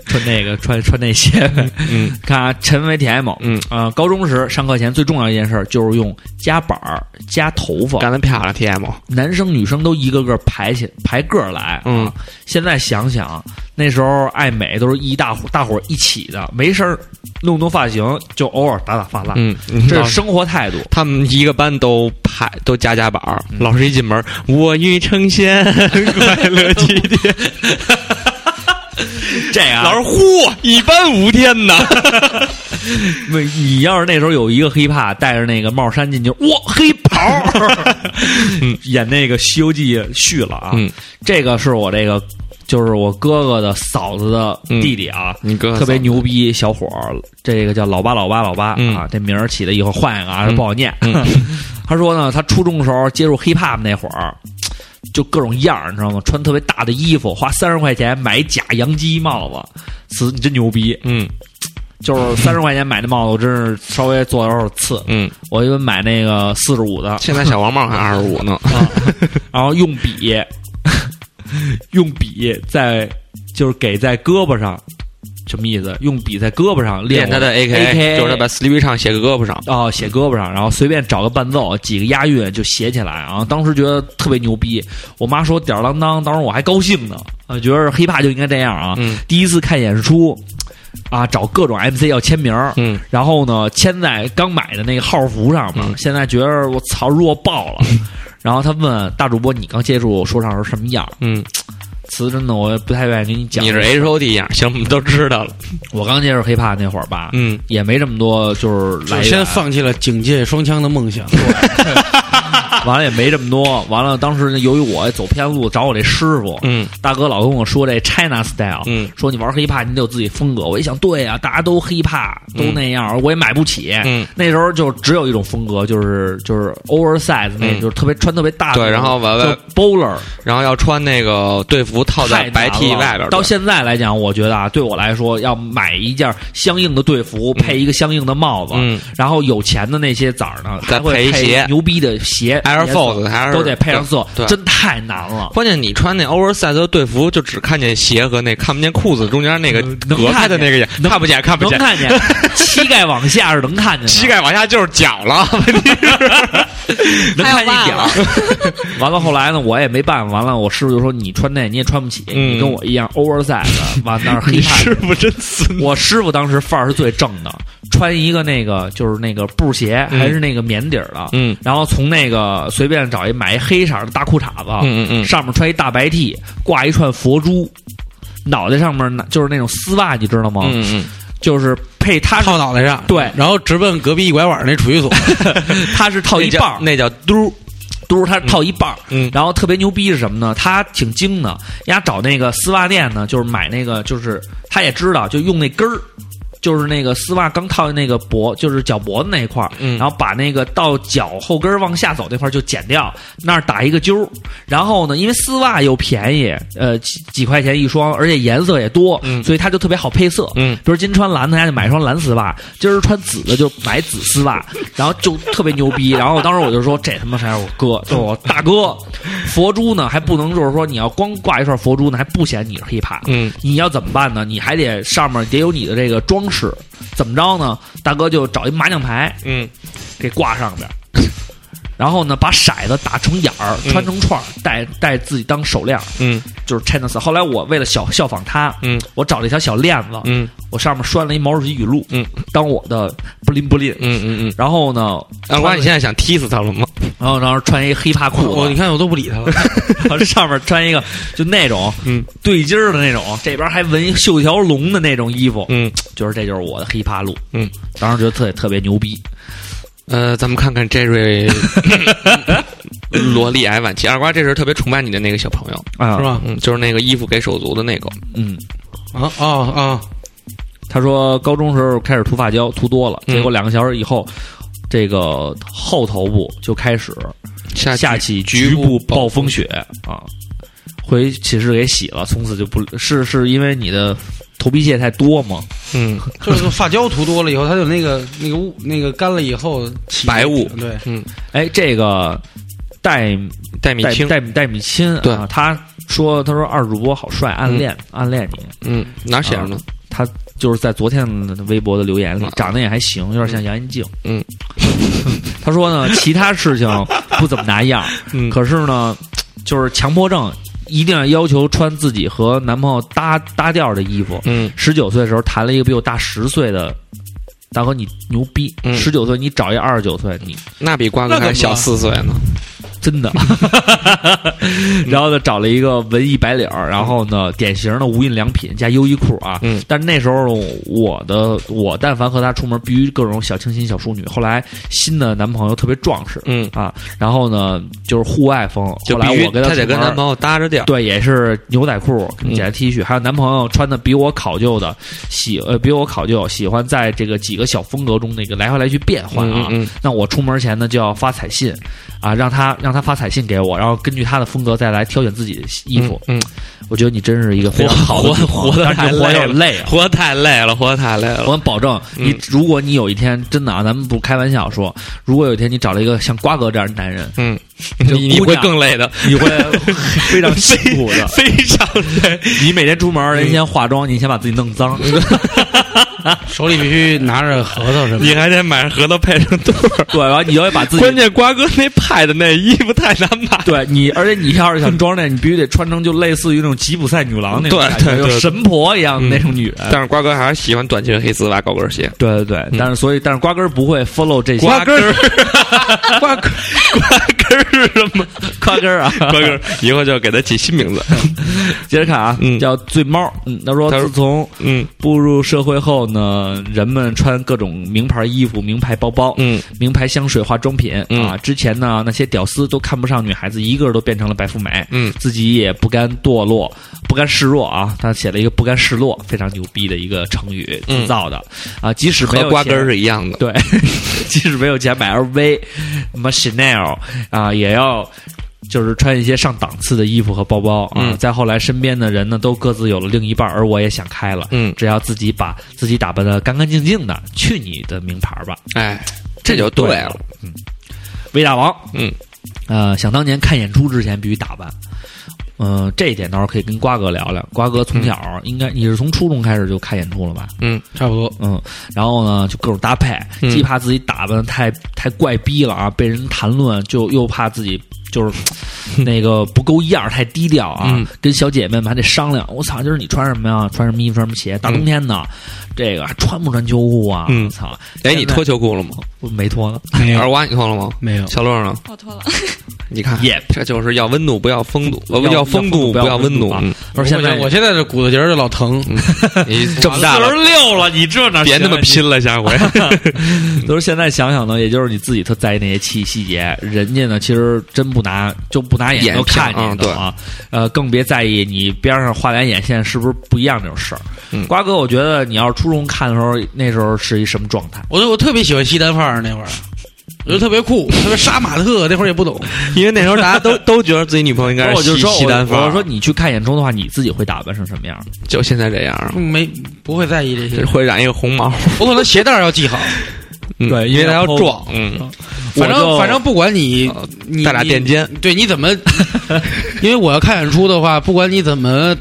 A: 穿那个穿穿那鞋呗。
B: 嗯
A: 看啊，陈为 TM，
B: 嗯，
A: 呃，高中时上课前最重要一件事儿就是用夹板儿夹头发，
B: 干得漂亮，TM。
A: 男生女生都一个个排起排个儿来啊。
B: 嗯
A: 现在想想，那时候爱美都是一大伙大伙儿一起的，没事儿弄弄发型，就偶尔打打发蜡，
B: 嗯，
A: 这是生活态度。
B: 他们一个班都排都加夹板儿，老师一进门儿，我欲成仙， 快乐极点。
A: 这样
B: 老师呼，一般无天呐。
A: 师，你要是那时候有一个黑怕，戴着那个帽衫进去，哇，黑袍儿， 演那个《西游记》续了啊。
B: 嗯
A: 这个是我这个，就是我哥哥的嫂子的
B: 嗯
A: 弟弟啊。
B: 你哥
A: 特别牛逼小伙儿，这个叫老八老八老八、
B: 嗯
A: 啊，这名儿起的以后换一个啊，
B: 嗯
A: 不好念。
B: 嗯
A: 他说呢，他初中的时候接触 hiphop 那会儿，就各种样儿，你知道吗？穿特别大的衣服，花三十块钱买假洋基帽子，此你真牛逼！
B: 嗯
A: 就是三十块钱买那帽子，我真是稍微做的有点次，
B: 嗯，
A: 我就买那个四十五的，
B: 现在小王帽还二十五呢。
A: 然后用笔， 用笔在就是给在胳膊上，什么意思？用笔在胳膊上
B: 练
A: 我
B: 他的
A: AK，
B: AK，就是他把 sleeve 上写个胳膊上。
A: 哦，写胳膊上，然后随便找个伴奏，几个押韵就写起来啊！当时觉得特别牛逼，我妈说吊儿郎当，当时我还高兴呢，啊，觉得黑怕就应该这样啊！
B: 嗯
A: 第一次看演出，啊，找各种 MC 要签名儿，
B: 嗯
A: 然后呢，签在刚买的那个号服上嘛。
B: 嗯
A: 现在觉得我操弱爆了。然后他问大主播：“你刚接触说唱是什么样
B: 嗯，？”
A: 词真的我也不太愿意给你讲。
B: 你是 H O D 样，行，我们都知道了。
A: 我刚接触黑怕那会儿吧，
B: 嗯
A: 也没这么多就是来源
C: 就
A: 啊
C: 先放弃了警戒双枪的梦想，
A: 完了也没这么多。完了，当时由于我走偏路找我这师傅，
B: 嗯
A: 大哥老跟我说这 China style，
B: 嗯
A: 说你玩 hiphop 你得有自己风格。我一想，对啊，大家都 hiphop 都那样，我也买不起。
B: 嗯，
A: 那时候就只有一种风格，就是就是 oversize 那，
B: 嗯
A: 就是特别穿特别大的那种，
B: 对然后完了
A: 就 bowler
B: 然后要穿那个队服套在
A: 太
B: 白
A: 难
B: T
A: 了
B: 外边儿的，
A: 到现在来讲，我觉得啊，对我来说，要买一件相应的队服，配一个相应的帽子，
B: 嗯
A: 然后有钱的那些崽儿呢，
B: 再
A: 还会
B: 配一
A: 配
B: 鞋
A: 牛逼的鞋
B: Air
A: 颜色
B: Force 还是
A: 都得配上色
B: 对，对
A: 真太难了。
B: 关键你穿那 oversize 的队服，就只看见鞋和那看不见裤子中间那个
A: 嗯能
B: 隔开的那个眼，
A: 能
B: 呃看不见，看
A: 能
B: 不见，
A: 看见，膝盖往下是能看见的，
B: 膝盖往下就是脚了。问题
A: 能
D: 还
A: 看
D: 有
A: 见一点
D: 袜子
A: 儿。 完了后来呢，我也没办法，完了我师傅就说你穿那你也穿不起，
B: 嗯
A: 你跟我一样 oversize，完那儿黑
B: 你
A: 怕
B: 师傅真损，
A: 我师傅当时范儿是最正的，穿一个那个就是那个布鞋，
B: 嗯
A: 还是那个棉底儿的，
B: 嗯
A: 然后从那个随便找一买一黑色儿的大裤衩子，
B: 嗯嗯嗯
A: 上面穿一大白 T，挂一串佛珠，脑袋上面拿就是那种丝袜，你知道吗？
B: 嗯嗯，
A: 就是配它是
C: 套脑袋上，
A: 对
C: 然后直奔隔壁一拐弯那储蓄所，
A: 它是套一
B: 那叫
A: 半儿，
B: 那叫嘟，
A: 都是它是套一半儿。
B: 嗯
A: 然后特别牛逼是什么呢？他挺精的，人家找那个丝袜店呢，就是买那个，就是他也知道，就用那根儿，就是那个丝袜刚套在那个脖，就是脚脖子那一块儿，
B: 嗯
A: 然后把那个到脚后跟儿往下走那块儿就剪掉，那儿打一个揪儿。然后呢，因为丝袜又便宜，呃，几几块钱一双，而且颜色也多，
B: 嗯
A: 所以它就特别好配色。
B: 嗯
A: 比如今儿穿蓝的，他就买一双蓝丝袜；今儿穿紫的，就买紫丝袜，然后就特别牛逼。然后当时我就说，这他妈才是我哥，就是我大哥。佛珠呢，还不能就是说你要光挂一串佛珠呢，还不显你是 hiphop。
B: 嗯
A: 你要怎么办呢？你还得上面得有你的这个装饰，怎么着呢？大哥就找一麻将牌
B: 嗯
A: 给挂上边儿，然后呢，把骰子打成眼儿，
B: 嗯
A: 穿成串儿，戴戴自己当手链儿，
B: 嗯
A: 就是 China style。后来我为了效效仿他，
B: 嗯
A: 我找了一条小链子，
B: 嗯
A: 我上面拴了一毛主席语录，
B: 嗯，
A: 当我的不灵不灵。
B: 嗯嗯嗯。
A: 然后呢，
B: 二瓜，你现在哦想踢死他了吗？
A: 然后然后穿一黑怕
C: 我
A: 裤
C: 你
A: 子，
C: 看我都不理他了，
A: 然后 上面穿一个就那种
B: 嗯
A: 对襟儿的那种，这边还纹一绣一条龙的那种衣服，
B: 嗯，
A: 就是这就是我的黑怕路。
B: 嗯，
A: 当时觉得特别特别牛逼。
B: 呃，咱们看看 Jerry 萝莉癌晚期。二瓜这时特别崇拜你的那个小朋友，
A: 啊，
C: 是？ 吧？
B: 嗯，就是那个衣服给手足的那个。
A: 嗯，
C: 啊啊啊！
A: 他说高中时候开始涂发胶，涂多了，
B: 嗯
A: 结果两个小时以后，这个后头部就开始
B: 下
A: 下
B: 期
A: 起
B: 局
A: 局
B: 部
A: 部
B: 暴
A: 暴风雪啊，回寝室给洗了，从此就不是是因为你的头皮屑太多吗？
B: 嗯，
C: 就是发胶涂多了以后，它有那个那个雾，那个干了以后起
B: 白雾
C: 对，
A: 哎，这个戴
B: 戴米
A: 戴
B: 青，
A: 戴戴米钦
B: 对
A: 啊，他说他说二主播好帅，暗恋、暗恋你，
B: 嗯，哪儿写着呢？
A: 就是在昨天的微博的留言里
B: 啊，
A: 长得也还行，有点像杨一静。
B: 嗯，
A: 他说呢，其他事情不怎么拿样，
B: 嗯
A: 可是呢，就是强迫症，一定要要求穿自己和男朋友搭搭调的衣服。
B: 嗯
A: 十九岁的时候谈了一个比我大十岁的，大哥你牛逼！
B: 嗯
A: 十九岁你找一二十九岁，你
B: 那比瓜哥还小四岁呢。
A: 真 的。
B: 嗯
A: 然后呢，找了一个文艺白领儿，然后呢，典型的无印良品加优衣库啊。
B: 嗯
A: 但是那时候我的我但凡和她出门，必须各种小清新、小淑女。后来新的男朋友特别壮实，
B: 嗯，
A: 然后呢就是户外风。
B: 就
A: 后来
B: 必须
A: 我跟她
B: 他得
A: 出门
B: 跟男朋友搭着调。
A: 对，也是牛仔裤、
B: 嗯
A: 简单 T 恤，还有男朋友穿的比我考究的，喜呃比我考究，喜欢在这个几个小风格中那个来回来去变换啊。
B: 嗯嗯
A: 那我出门前呢就要发彩信，啊，让他让他发彩信给我，然后根据他的风格再来挑选自己的衣服。哎
B: 嗯，
A: 我觉得你真是一个非常
B: 活
A: 好的女
B: 活
A: 朋友
B: 活得
A: 但是
B: 太
A: 你活
B: 累
A: 有
B: 了
A: 点累啊。嗯
B: 活太累了，活太累了。
A: 我保证你，如果你有一天真的啊，咱们不开玩笑说，如果有一天你找了一个像瓜哥这样的男人，
B: 嗯，
A: 这
B: 你你
A: 姑
B: 会
A: 娘
B: 更累的，
A: 你会 非常辛苦的。
B: 非常累。
A: 你每天出门，人先化妆，你先把自己弄 脏。
C: 手里必须拿着核桃什么的。
B: 你还得买核桃配上对儿。
A: 对，然后你要把自己
B: 关键瓜哥那派的那衣服太难买。
A: 对你，而且你要是想装那，你必须得穿成就类似于那种吉普赛女郎那种
B: 对
A: 感觉，
B: 对嗯
A: 就
B: 对
A: 神婆一样的那种女人。
B: 但是瓜哥还是喜欢短裙、黑丝袜、高跟鞋。
A: 对对对，但是所以，但是瓜哥不会 follow 这些
B: 瓜
A: 根
B: 儿，瓜根儿，瓜根儿是什么？
A: 瓜哥啊。
B: 瓜哥以后就给他起新名字。
A: 接着看啊
B: 嗯，
A: 叫醉猫，嗯，他说
B: 他说
A: 自从
B: 嗯
A: 步入社会后呢，人们穿各种名牌衣服、名牌包包、
B: 嗯，
A: 名牌香水、化妆品、
B: 嗯
A: 啊。之前呢，那些屌丝都看不上女孩子，一个都变成了白富美。
B: 嗯，
A: 自己也不甘堕落，不甘示弱啊。他写了一个“不甘示弱”，非常牛逼的一个成语
B: 嗯
A: 制造的、啊。即使没
B: 和
A: 有
B: 瓜
A: 钱
B: 根儿是一样的。
A: 对， 即使没有钱买 LV、什么 Chanel 啊，也要就是穿一些上档次的衣服和包包啊。
B: 嗯
A: 再后来，身边的人呢都各自有了另一半，而我也想开了，
B: 嗯，
A: 只要自己把自己打扮的干干净净的，去你的名牌吧！
B: 哎，这就对了。
A: 魏嗯大王，
B: 嗯，
A: 呃，想当年看演出之前必须打扮。嗯、这一点到时候可以跟瓜哥聊聊。瓜哥
B: 嗯
A: 从小应该你是从初中开始就看演出了吧？
C: 差 不多。
A: 嗯，然后呢，就各种搭配，
B: 嗯
A: 既怕自己打扮得太太怪逼了啊，被人谈论，就又怕自己就是 那个不够样儿，太低调啊。
B: 嗯
A: 跟小姐妹们还得商量，我操，今儿你穿什么呀？穿什么衣服？穿什么鞋？大冬天的，这个还穿不穿秋裤啊？
B: 嗯
A: 我操，
B: 哎，你脱秋裤了吗？
A: 我没脱呢，
C: 没
B: 二
C: 有，
B: 瓜，你脱了吗？
C: 没有。
B: 小乐呢？
D: 我脱了，
B: 你看，
A: 也、
B: 这就是要温度，不要风度，呃，
A: 要
B: 要风
A: 要风度
B: 度，
A: 不要
B: 要温
A: 温度啊
B: 嗯
A: 而现在嗯
C: 我现在这骨头节儿就老疼，
B: 你
A: 这
B: 这
A: 么
B: 么
A: 大
B: 大了，
A: 啊十六了，你这哪
B: 别那么拼了，下回。
A: 就是现在想想呢，也就是你自己特在意那些细细节，人家呢其实真不拿就不拿
B: 眼
A: 睛看
B: 睛
A: 你，
B: 嗯
A: 懂吗？呃，更别在意你边上画两眼线是不是不一样这种事儿。
B: 嗯
A: 瓜哥，我觉得你要是初中看的时候，那时候是一什么状态？
C: 我我特别喜欢西单范儿那会儿，我觉得特别酷，特别杀马特。那会儿也 不懂，
B: 因为那时候大家都都觉得自己女朋友应该
A: 我
B: 是
A: 就
B: 西
A: 说，
B: 西单范
A: 我
B: 儿，
A: 我说你去看演出的话，你自己会打扮成什么样？
B: 就现在这样，
C: 没不会在意 这
B: 这
C: 些。
B: 会染一个红毛，
C: 我可能鞋带儿要系好，
B: 嗯
A: 对
B: 因为他要
A: 因为要
B: 壮，嗯，
C: 反
A: 我就
C: 正反正不管你
B: 呃
C: 你
B: 带俩垫肩，
C: 你 对你怎么， 因为我要看演出的话，不管你怎么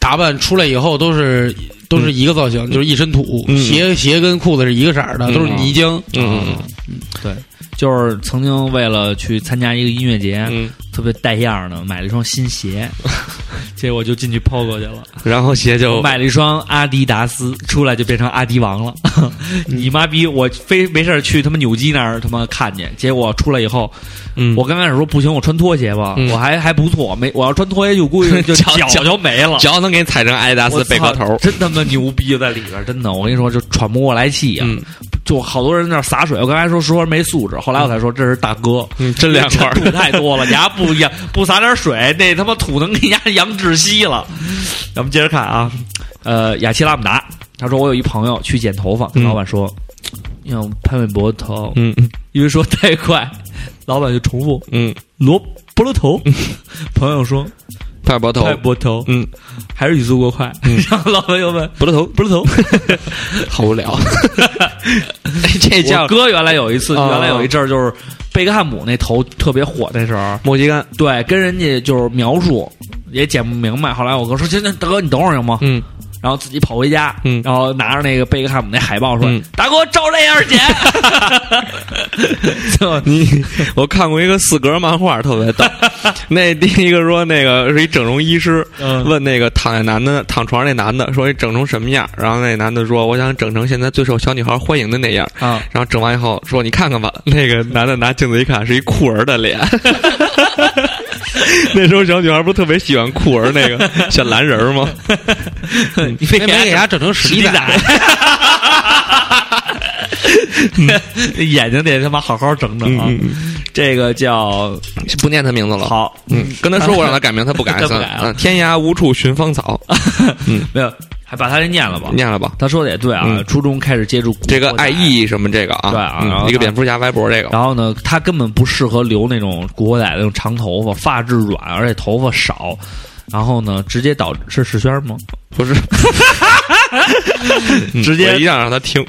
C: 打扮出来以后，都是都是一个造型，就是一身土，
B: 嗯
C: 鞋鞋跟裤子是一个色儿的，
B: 嗯
C: 都是泥浆。
B: 嗯
A: 就是曾经为了去参加一个音乐节，
B: 嗯，
A: 特别带样儿的，买了一双新 鞋，结果就进去 POGO 去了。
B: 然后鞋就
A: 我买了一双阿迪达斯，出来就变成阿迪王了。 你妈逼！我非没事儿去他妈纽基那儿他妈看去，结果出来以后，
B: 嗯，
A: 我刚开始说不行，我穿拖鞋吧，
B: 嗯
A: 我还还不错，没我要穿拖鞋就估计就
B: 脚
A: 脚就没了。
B: 脚能给你踩成艾达
A: 我
B: 斯
A: 操哎
B: 贝壳头，
A: 真他妈牛逼，在里边儿真的，我跟你说，就喘不过来气呀、
B: 嗯
A: 就好多人在那儿洒水。我刚才说说没素质，后来我才说这是大哥，
B: 嗯，真凉 快儿，
A: 土太多了，你还不养不洒点水，那他妈土能给人家养窒息了。咱们接着看啊，呃，雅琪拉姆达，他说我有一朋友去剪头发，
B: 嗯
A: 老板说要潘玮柏头，
B: 嗯
A: 因为说太快，老板就重复
B: 嗯，
A: 罗菠萝头。朋友说
B: 快包嗯头
A: 潘，玮柏头，
B: 嗯，
A: 还是语速过快。
B: 嗯
A: 然后老板又问
B: 不是头，
A: 菠萝头，
B: 好 无聊， 哎这
A: 我
B: 叫
A: 哥原来有一次，
B: 啊
A: 原来有一阵儿就是贝克汉姆那头特别火那时候。
B: 墨西哥，
A: 对，跟人家就是描述也讲不明白。后来我哥说：“行行，大哥，你等会儿行吗
B: 嗯？”
A: 然后自己跑回家，
B: 嗯
A: 然后拿着那个贝克汉姆那海报说：“
B: 嗯
A: 大哥，照这样剪。”就
B: 你 我看过一个四格漫画，特 别逗。那第一个说那个是一整容医师，
A: 嗯
B: 问那个躺在男的躺床上那男的说你整成什么样？然后那男的说我想整成现在最受小女孩欢迎的那样。
A: 啊，
B: 然后整完以后说你看看吧，那个男的拿镜子一看是一酷儿 的脸。那时候小女孩不是特别喜欢酷儿那个小蓝人儿吗？
A: 你没
C: 没没给他整成史
A: 史
C: 迪
A: 迪
C: 仔，
A: 仔。 眼睛得他妈好好整整啊！
B: 嗯
A: 这个叫
B: 不念他名字了。
A: 好，
B: 嗯，跟他说我让他改名，他不改。
A: 他不啊
B: 算
A: 改
B: 了
A: 啊
B: 嗯，天涯无处寻芳草，
A: 没有，还把他给念了吧？
B: 念了吧。
A: 他说的也对啊，
B: 嗯
A: 初中开始接触古
B: 这个
A: 惑仔
B: 爱意什么这个啊，
A: 对啊
B: 嗯
A: 然后
B: 一个
A: 他
B: 蝙蝠侠歪脖这个，
A: 然后呢，他根本不适合留那种古惑仔那种长头发，发质软，而且头发少。然后呢，直接导致是史轩吗？
B: 不 是，嗯
A: 直接
B: 我一定要让他听，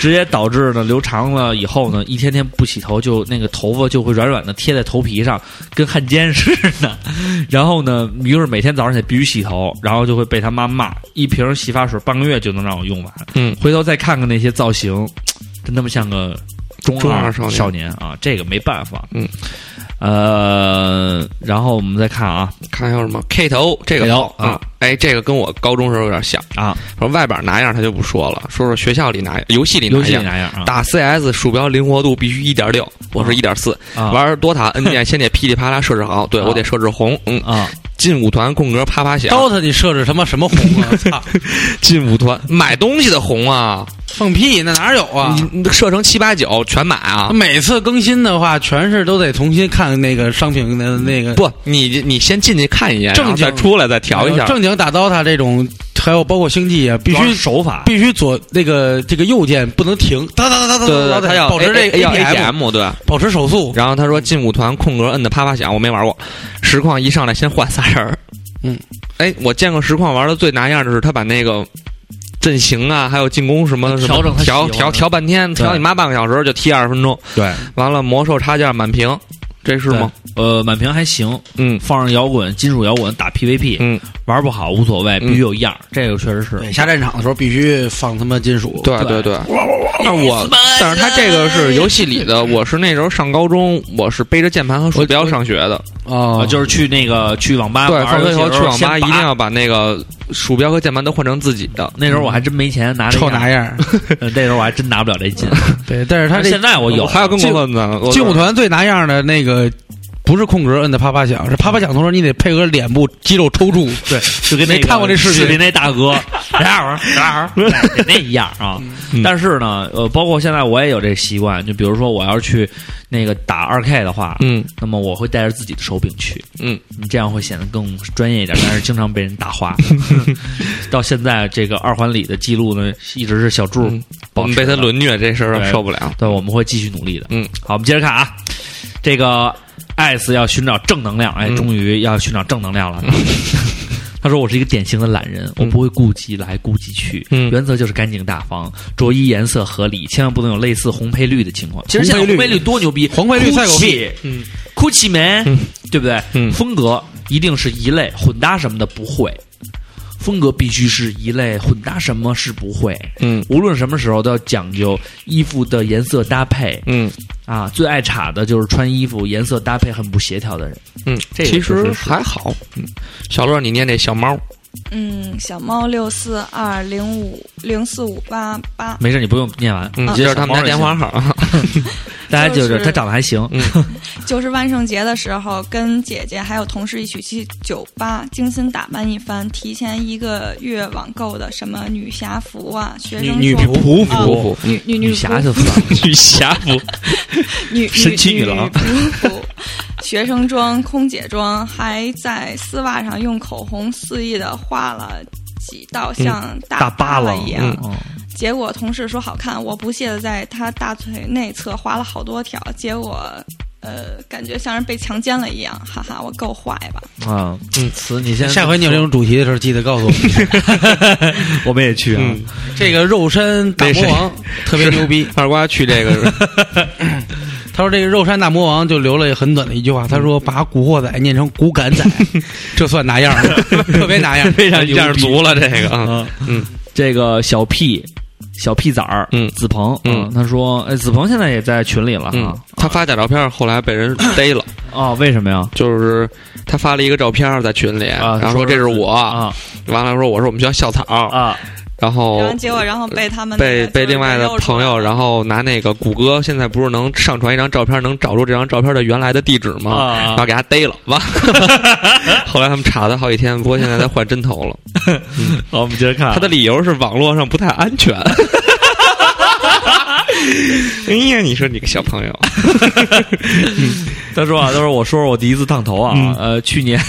A: 直接导致呢，留长了以后呢，一天天不洗头就那个头发就会软软的贴在头皮上，跟汉奸似的。然后呢，于是每天早上起来必须洗头，然后就会被他妈骂。一瓶洗发水半个月就能让我用完。
B: 嗯，
A: 回头再看看那些造型，真他妈像个中
B: 中
A: 二
B: 二少年
A: 少年啊！这个没办法。
B: 嗯，
A: 呃，然后我们再看啊
B: 看还有什么 K 头这个
A: K 头
B: 好啊，哎，这个跟我高中时候有点像，
A: 啊，
B: 说外边哪样他就不说了，说说学校里哪样，游戏里
A: 游
B: 哪
A: 戏
B: 样。
A: 哪样啊？
B: 打 CS 鼠标灵活度必须一点六，我是一点四。
A: 啊
B: 玩多塔 N 键先得噼里啪啦设置好，对
A: 啊
B: 我得设置红，嗯，
A: 啊
B: 进舞团空格啪啪响，
C: 刀他你设置他妈什么红啊？ 操，
B: 进舞团买东西的红啊，
C: 放屁，那哪有啊？
B: 你你设成七八九全买啊。
C: 每次更新的话，全是都得重新看那个商品的那个
B: 不，你你先进去看一眼，
C: 正
B: 然后
C: 经
B: 再出来再调一下。
C: 正经打 DOTA 这种，还有包括星际啊，必
A: 主要是
C: 须
A: 手法。
C: 必须左那个这个右键不能停，哒哒哒哒哒
B: 对对
C: 哒
B: 对，
C: 哒，
B: 他要
C: 保持这个
B: A- A- 要
C: APM，
B: ATM 对。
C: 保持手速。
B: 然后他说进舞团空格摁的啪啪响，我没玩过。实况一上来先换仨人儿，
C: 嗯，
B: 哎，我见过实况玩的最拿样的是他把那个阵型啊，还有进攻什么什么
A: 调整他
B: 调
A: 喜欢
B: 调
A: 的
B: 调半天，调你妈半个小时就踢二十分钟，
A: 对，
B: 完了魔兽插件满屏，这是吗？
A: 呃，满屏还行，
B: 嗯，
A: 放上摇滚、金属摇滚打 PVP，
B: 嗯，
A: 玩不好无所谓，
B: 嗯
A: 必须有样儿。这个确实是啊
C: 对，下战场的时候必须放他妈金属。
B: 对
A: 对
B: 对对。但我但是他这个是游戏里的，我是那时候上高中，我是背着键盘和鼠标上学的。
C: 啊
A: 啊，，就是去那个去网吧
B: 哦对，
A: 玩
B: 放
A: 游戏
B: 学
A: 的
B: 以后去
A: 时候
B: 网
A: 先
B: 吧一
A: 拔
B: 定要把那个鼠标和键盘都换成自己的。
A: 那时候我还真没钱拿这
C: 臭
A: 个，
C: 拿样儿。
A: 呃那时候我还真拿不了这 劲。
C: 啊 对，但是他
A: 但
C: 这
A: 是现在我有，
B: 还要跟我问呢，我
C: 劲舞团最拿样儿的那个。不是空格摁的啪啪响，是啪啪响。同时你得配合脸部肌肉抽搐，
A: 对，就跟那
C: 没看过这视
A: 视
C: 频
A: 频那大 哥，啥玩意儿，啥玩意儿，跟那一样啊
B: 嗯。
A: 但是呢，呃，包括现在我也有这习惯，就比如说我要是去那个打二 K 的话，
B: 嗯
A: 那么我会带着自己的手柄去，
B: 嗯，
A: 你这样会显得更专业一点，但是经常被人打 花。到现在这个二环里的记录呢，一直是小柱
B: 嗯我
A: 保
B: 们
A: 持
B: 被他
A: 的
B: 轮虐这事儿
A: 对
B: 受不了。
A: 对，我们会继续努力的。
B: 嗯，
A: 好，我们接着看啊，这个艾斯要寻找正能量，哎，
B: 嗯
A: 终于要寻找正能量了。 他说：“我是一个典型的懒人，我
B: 嗯
A: 不会顾及来顾及去，
B: 嗯
A: 原则就是干净大方，着衣颜色合理，千万不能有类似红配绿的情况。其实现在红
C: 红
A: 配
C: 配绿
A: 绿多牛逼，
C: 红配绿赛狗屁，
B: 嗯
A: 哭泣没
B: 嗯，
A: 对不对？
B: 嗯
A: 风格一定是一类，混搭什么的不会。”风格必须是一类，混搭什么是不会。
B: 嗯
A: 无论什么时候都要讲究衣服的颜色搭配，
B: 嗯
A: 啊，最爱查的就是穿衣服颜色搭配很不协调的人。
B: 嗯，
A: 这个
B: 其
A: 确
B: 实
A: 实是
B: 还好。嗯小乐，你念这小猫，
D: 嗯，小猫六四二零五零四五八八，
A: 没事，你不用念完，
B: 嗯，
D: 啊
B: 这是他们家电话号啊。
A: 大家就
D: 就是是
A: 他长得还行，
D: 就是万圣节的时候，跟姐姐还有同事一起去酒吧，精心打扮一番，提前一个月网购的什么女侠服啊，学
C: 女
D: 生
C: 女
D: 装
C: 仆
D: 啊
C: 服，
B: 哦
D: 女女
A: 女
D: 女
A: 侠
D: 仆
A: 就算 了，
B: 女侠服，
D: 女
A: 神奇女郎
D: 女服、 学生装、空姐装，还在丝袜上用口红肆意的画了几道像
A: 大
D: 疤
A: 巴了
D: 一样。
A: 嗯
D: 结果同事说好看，我不屑的在她大腿内侧划了好多条，结果。呃，感觉像是被强奸了一样，哈哈，我够坏吧？
A: 啊，嗯，词你先，
C: 下回你有这种主题的时候，记得告诉我们。
A: 我们也去啊。
B: 嗯
C: 这个肉身大魔王 特别牛逼，
B: 二瓜去 这个，
C: 他说这个肉山大魔王就留了很短的一句话，他说把古惑仔念成骨感 仔，这算拿样儿， 特别拿样儿，
A: 非常
B: 一下
A: 牛逼
B: 足了这个啊。
A: 啊，
B: 嗯，
A: 这个小屁小屁崽儿，
B: 嗯
A: 子鹏，
B: 嗯
A: 啊他说，哎，子鹏现在也在群里了
B: 嗯
A: 哈，，
B: 他发假照片，后来被人逮了。
A: 哦，为什么呀？
B: 就是他发了一个照片在群里，
A: 啊
B: 然后说这是我，
A: 啊
B: 完了说我是我们学校校草，
A: 啊，
B: 然后
D: 然后结果，然后被他们那
B: 被
D: 个
B: 被
D: 就是
B: 另外的
D: 肉出来
B: 朋友，然后拿那个谷歌现在不是能上传一张照片，能找出这张照片的原来的地址吗？
A: 啊
B: 然后给他逮了，完了，后来他们查他好几天，不过现在他换针头了。
A: 好，我们接着看啊
B: 他的理由是网络上不太安全。哎呀，你说你个小朋友，
A: 他 说啊，他说我说说我第一次烫头啊，
B: 嗯
A: 呃，去年，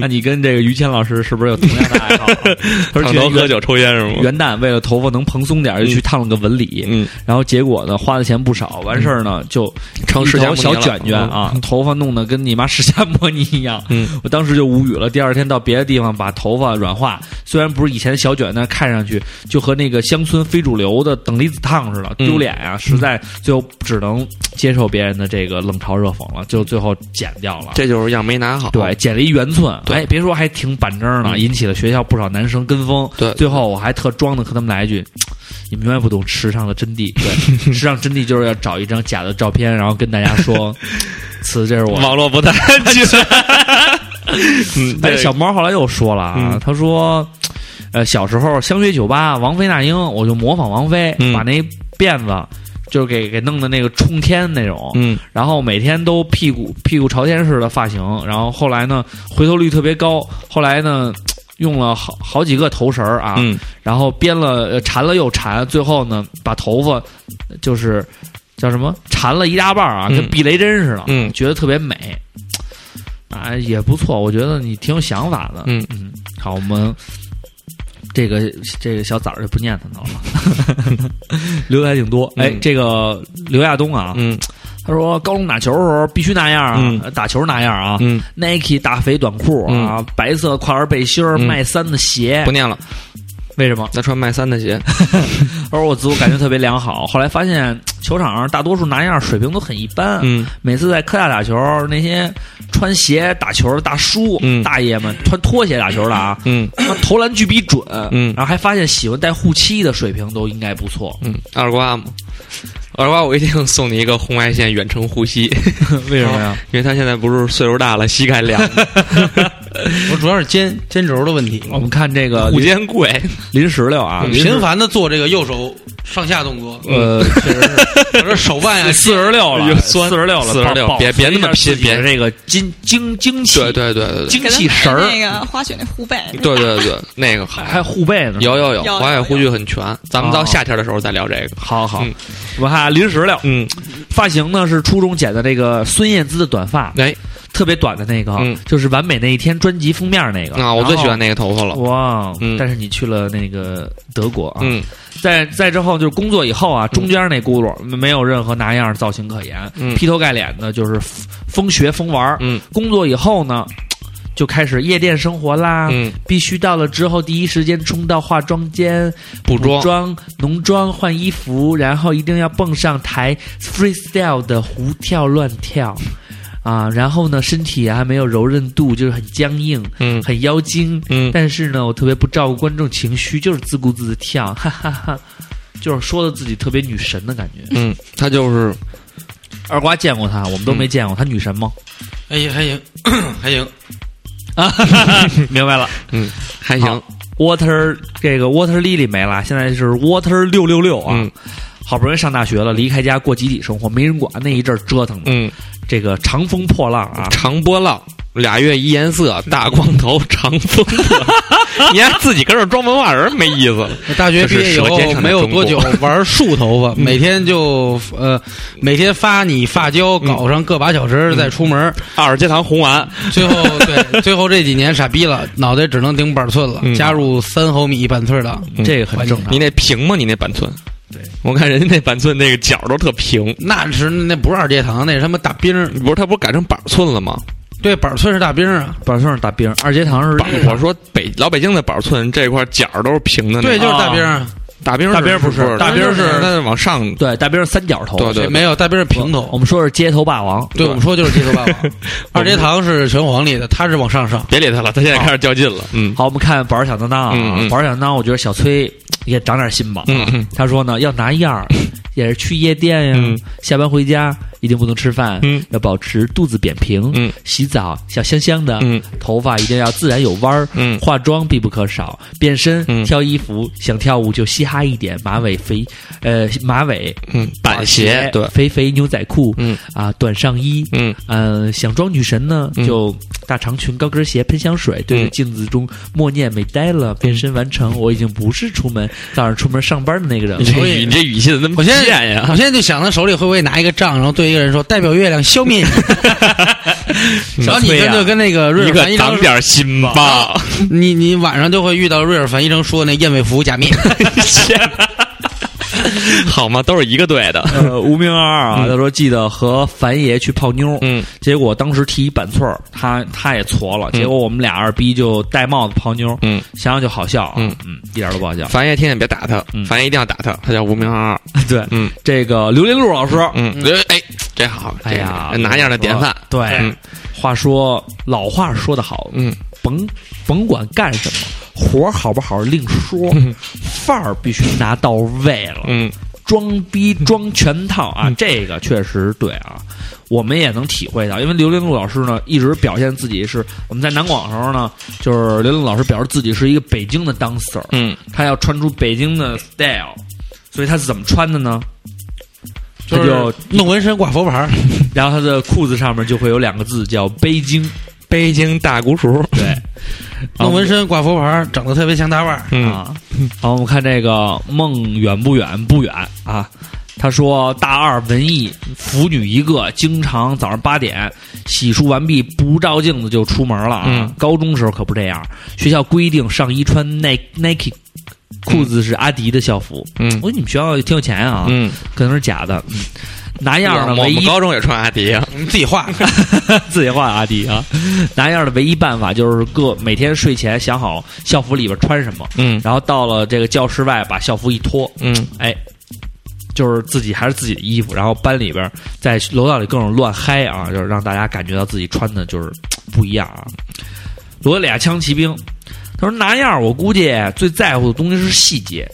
A: 那你跟这个于谦老师是不是有同样的爱好？啊 他说
B: 烫
A: 去
B: 头
A: 年
B: 喝酒抽烟是吗？
A: 元旦为了头发能蓬松点儿，就去烫了个纹理，
B: 嗯，
A: 然后结果呢，花的钱不少，完事儿呢就
B: 成
A: 一
B: 释
A: 头
B: 迦牟尼
A: 小
B: 了
A: 卷卷啊，头发弄得跟你妈释迦摩尼一样。
B: 嗯，
A: 我当时就无语了。第二天到别的地方把头发软化，虽然不是以前的小卷，但是看上去就和那个乡村非主流的等离子烫似的，
B: 嗯
A: 丢脸啊！实在最后只能接受别人的这个冷嘲热讽了，就最后剪掉了。
B: 这就是样没拿好。
A: 对，剪了一圆寸，
B: 对
A: 哎，别说还挺板正呢，
B: 嗯
A: 引起了学校不少男生跟风。
B: 对
A: 最后我还特装的和他们来一句：“你们永远不懂时尚的真谛。”对，时尚真谛就是要找一张假的照片，然后跟大家 说：“此这是我。
B: 网络不太安全。 嗯”
A: 哎，小猫后来又说了啊，
B: 嗯
A: 他说：“呃，小时候相约酒吧，王菲那英，我就模仿王菲，
B: 嗯
A: 把那辫子就是给给弄的那个冲天那种，
B: 嗯，
A: 然后每天都屁股屁股朝天式的发型，然后后来呢回头率特别高，后来呢用了好好几个头绳儿啊，
B: 嗯，
A: 然后编了呃缠了又缠，最后呢把头发就是叫什么缠了一大半儿啊，
B: 嗯
A: 跟避雷针似的，
B: 嗯
A: 觉得特别美。啊，也不错，我觉得你挺有想法的。
B: 嗯
A: 嗯，好，我们这个这个小崽儿就不念他他了， 留的还挺多。哎，
B: 嗯
A: 这个刘亚东啊，
B: 嗯
A: 他说高中打球的时候必须那样啊，
B: 嗯
A: 打球那样啊、
B: 嗯，
A: n i k e 大肥短裤啊，白色跨栏背心儿，
B: 嗯
A: 迈三的鞋
B: 不，念了，
A: 为什么？
B: 再穿卖三的鞋，
A: 他说我自我感觉特别良
B: 嗯
A: 好，后来发现球场上大多数拿样水平都很一般。
B: 嗯
A: 每次在科大打球，那些穿鞋打球的大叔、
B: 嗯
A: 大爷们穿拖鞋打球的 啊，
B: 嗯
A: 他妈投篮巨比准，
B: 嗯
A: 然后还发现喜欢带护膝的水平都应该不错。
B: 嗯，二瓜嘛，二瓜我一定送你一个红外线远程护膝，
A: 为什么呀？
B: 因为他现在不是岁数大了，膝盖凉，
C: 我主要是肩肩轴的问题，
A: 我们看这个
B: 护肩贵，
A: 林石榴啊，
B: 嗯
A: 林石
C: 频繁的做这个右手上下动作，
A: 呃，
C: 确 实是，我说手腕呀，
A: 四十六了，
B: 有哎酸
A: 四十六了，
B: 46
A: 保
B: 别别那么
A: 保持一下
B: 拼别
A: 自己的这个精精精气，
B: 对对对对对
A: 精气神儿，
D: 那个滑雪那护背，
B: 对对对，那个 好，
A: 还护背呢。
B: 有有有，
D: 有
B: 滑雪
D: 有
B: 护具很全，咱们
A: 哦
B: 到夏天的时候再聊这个，
A: 好好
B: 嗯，
A: 我们看林啊石榴，
B: 嗯
A: 发型呢是初中剪的这个孙燕姿的短发，
B: 哎，
A: 特别短的那个
B: 嗯，
A: 就是完美那一天专辑封面那个
B: 啊，我最喜欢
A: 那
B: 那个头发了，
A: 哇
B: 嗯！
A: 但是你去了那个德国啊，
B: 嗯
A: 在在之后就是工作以后啊，中间那轱辘没有任何拿样造型可言，
B: 嗯
A: 劈头盖脸的就是疯疯学疯玩儿。
B: 嗯
A: 工作以后呢，就开始夜店生活啦，
B: 嗯，
A: 必须到了之后第一时间冲到化妆间
B: 补妆
A: 补，妆、浓妆、换衣服，然后一定要蹦上台 freestyle 的胡跳乱跳。啊，然后呢，身体啊还没有柔韧度，就是很僵硬，
B: 嗯
A: 很妖精。
B: 嗯
A: 但是呢，我特别不照顾观众情绪，就是自顾自的跳， 哈哈哈就是说的自己特别女神的感觉。
B: 嗯，他就是
A: 二瓜见过她，我们都没见过她，女神吗？
C: 哎呀，还行， 还行，
A: 啊， 明白了。
B: 还行，
A: Water 这个 Water Lily 没了，现在是 Water 六六六啊。
B: 嗯
A: 好不容易上大学了，离开家过集体生活，没人管，那一阵儿折腾的。
B: 嗯，
A: 这个长风破浪啊，
B: 长波浪。俩月一颜色，大光头，长风 浪，你还自己跟这儿装文化人没意思了。
C: 我大学毕业以
B: 这是舌尖上
C: 后
B: 的嗯
C: 没有多久玩竖头发，每天就呃每天发你发胶，
B: 嗯
C: 搞上个把小时再出门。
B: 二十街堂红丸，
C: 最后对，最后这几年傻逼了，脑袋只能顶板寸了
B: 嗯，
C: 加入三毫米板寸的。
B: 嗯
A: 这个很正常
B: 你。那平吗？你那板寸？
A: 对，
B: 我看人家那板寸那个角儿都特平。
C: 那是那不是二阶堂，那是他妈大兵儿。
B: 不是他不是改成板寸了吗？
C: 对，板寸是大兵儿啊。
A: 板凳上打冰，二阶堂是
B: 板我说北老北京的板寸这块角儿都是平的那哦
C: 对，
B: 个，
C: 就是大兵儿啊。
B: 大兵
A: 大兵不是
B: 是
A: 大
C: 兵是
B: 那是往上，
A: 对大兵是三角头，
B: 哦对对
C: 没有大兵儿是平头
A: 我。们说是街头霸王，
C: 对我们说就是街 头霸王，二阶堂是拳皇里的，他是往上上。
B: 别理他了，他现在开始较劲了。嗯
A: 好，我们看宝儿小当当啊
B: 嗯，嗯
A: 宝儿小当当，我觉得小崔也长点心吧。
B: 嗯嗯
A: 他说呢，要拿样儿，也是去夜店呀、
B: 嗯
A: 下班回家一定不能吃饭，
B: 嗯
A: 要保持肚子扁平，
B: 嗯
A: 洗澡要香香的，
B: 嗯
A: 头发一定要自然有弯儿。
B: 嗯
A: 化妆必不可少，变身、
B: 嗯
A: 挑衣服，想跳舞就嘻哈一点，马尾肥，呃，马尾
B: 嗯，板鞋对，
A: 肥肥牛仔裤，
B: 嗯
A: 啊，短上衣，
B: 嗯
A: 呃，想装女神呢，
B: 嗯
A: 就大长裙、高跟鞋、喷香水，对着
B: 嗯
A: 镜子中默念美呆了，变身完成，我已经不是出门早上出门上班的那个人
B: 你
A: 了。
B: 这语你这语气怎么那么
C: 我现在
B: 贱呀
C: 我？现在就想他手里会不会拿一个杖，然后对一个人说：“代表月亮消灭 你。”然后
A: 小
C: 你
A: 崔
C: 跟
A: 呀
C: 就跟那个瑞
B: 一
C: 尔凡
B: 个
C: 医
B: 长
C: 生，
B: 点心吧，
C: 你你晚上就会遇到瑞尔凡医生说那燕尾服 假面。
B: 好吗？都是一个队的。
A: 呃，无名二二啊，
B: 嗯
A: 他说记得和樊爷去泡妞，
B: 嗯
A: 结果当时提一板寸儿，他他也矬了，
B: 嗯
A: 结果我们俩二逼就戴帽子泡妞，
B: 嗯，
A: 想想就好笑啊，
B: 嗯
A: 嗯，一点都不 好笑。
B: 樊爷天天别打他
A: 嗯，
B: 樊爷一定要打他，他叫无名二二。
A: 对，
B: 嗯
A: 这个刘林路老师，
B: 嗯，哎，这好，
A: 哎呀
B: 这，拿样的典范。
A: 对，
B: 嗯
A: 话说老话说得好，
B: 嗯
A: 甭甭管干什么，活儿好不好另说，范儿必须拿到位了。
B: 嗯
A: 装逼装全套啊，
B: 嗯
A: 这个确实对啊，我们也能体会到，因为刘林路老师呢一直表现自己是我们在南广的时候呢，就是刘林路老师表示自己是一个北京的 dancer，
B: 嗯
A: 他要穿出北京的 style，所以他是怎么穿的呢？啊他就
C: 就弄纹身挂佛牌儿，
A: 然后他的裤子上面就会有两个字叫悲经，
B: 北京大鼓鼠，
A: 对，然后
C: 弄纹身挂佛牌儿，整的特别像大腕儿。
B: 嗯，
A: 啊。然后我们看这个梦远不远不远啊。他说：“大二文艺腐女一个，经常早上八点洗漱完毕不照镜子就出门了啊。
B: 嗯
A: 高中时候可不这样，学校规定上衣穿 Nike Nike，裤子是阿迪的校服。
B: 嗯
A: 我说你们学校挺有钱啊，
B: 嗯，哎
A: 可能是假的。嗯、拿样儿
B: 我
A: 呢，唯
B: 们
A: 一
B: 高中也穿阿迪啊，
C: 你自 己画，
A: 自己画阿迪啊，拿样儿的唯一办法就是各每天睡前想好校服里边穿什么，
B: 嗯
A: 然后到了这个教室外把校服一脱，
B: 嗯
A: 哎，就是自己还是自己的衣服，然后班里边在楼道里各种乱嗨啊，就是让大家感觉到自己穿的就是不一样啊。罗德里亚枪骑兵，他说拿样儿我估计最在乎的东西是细节，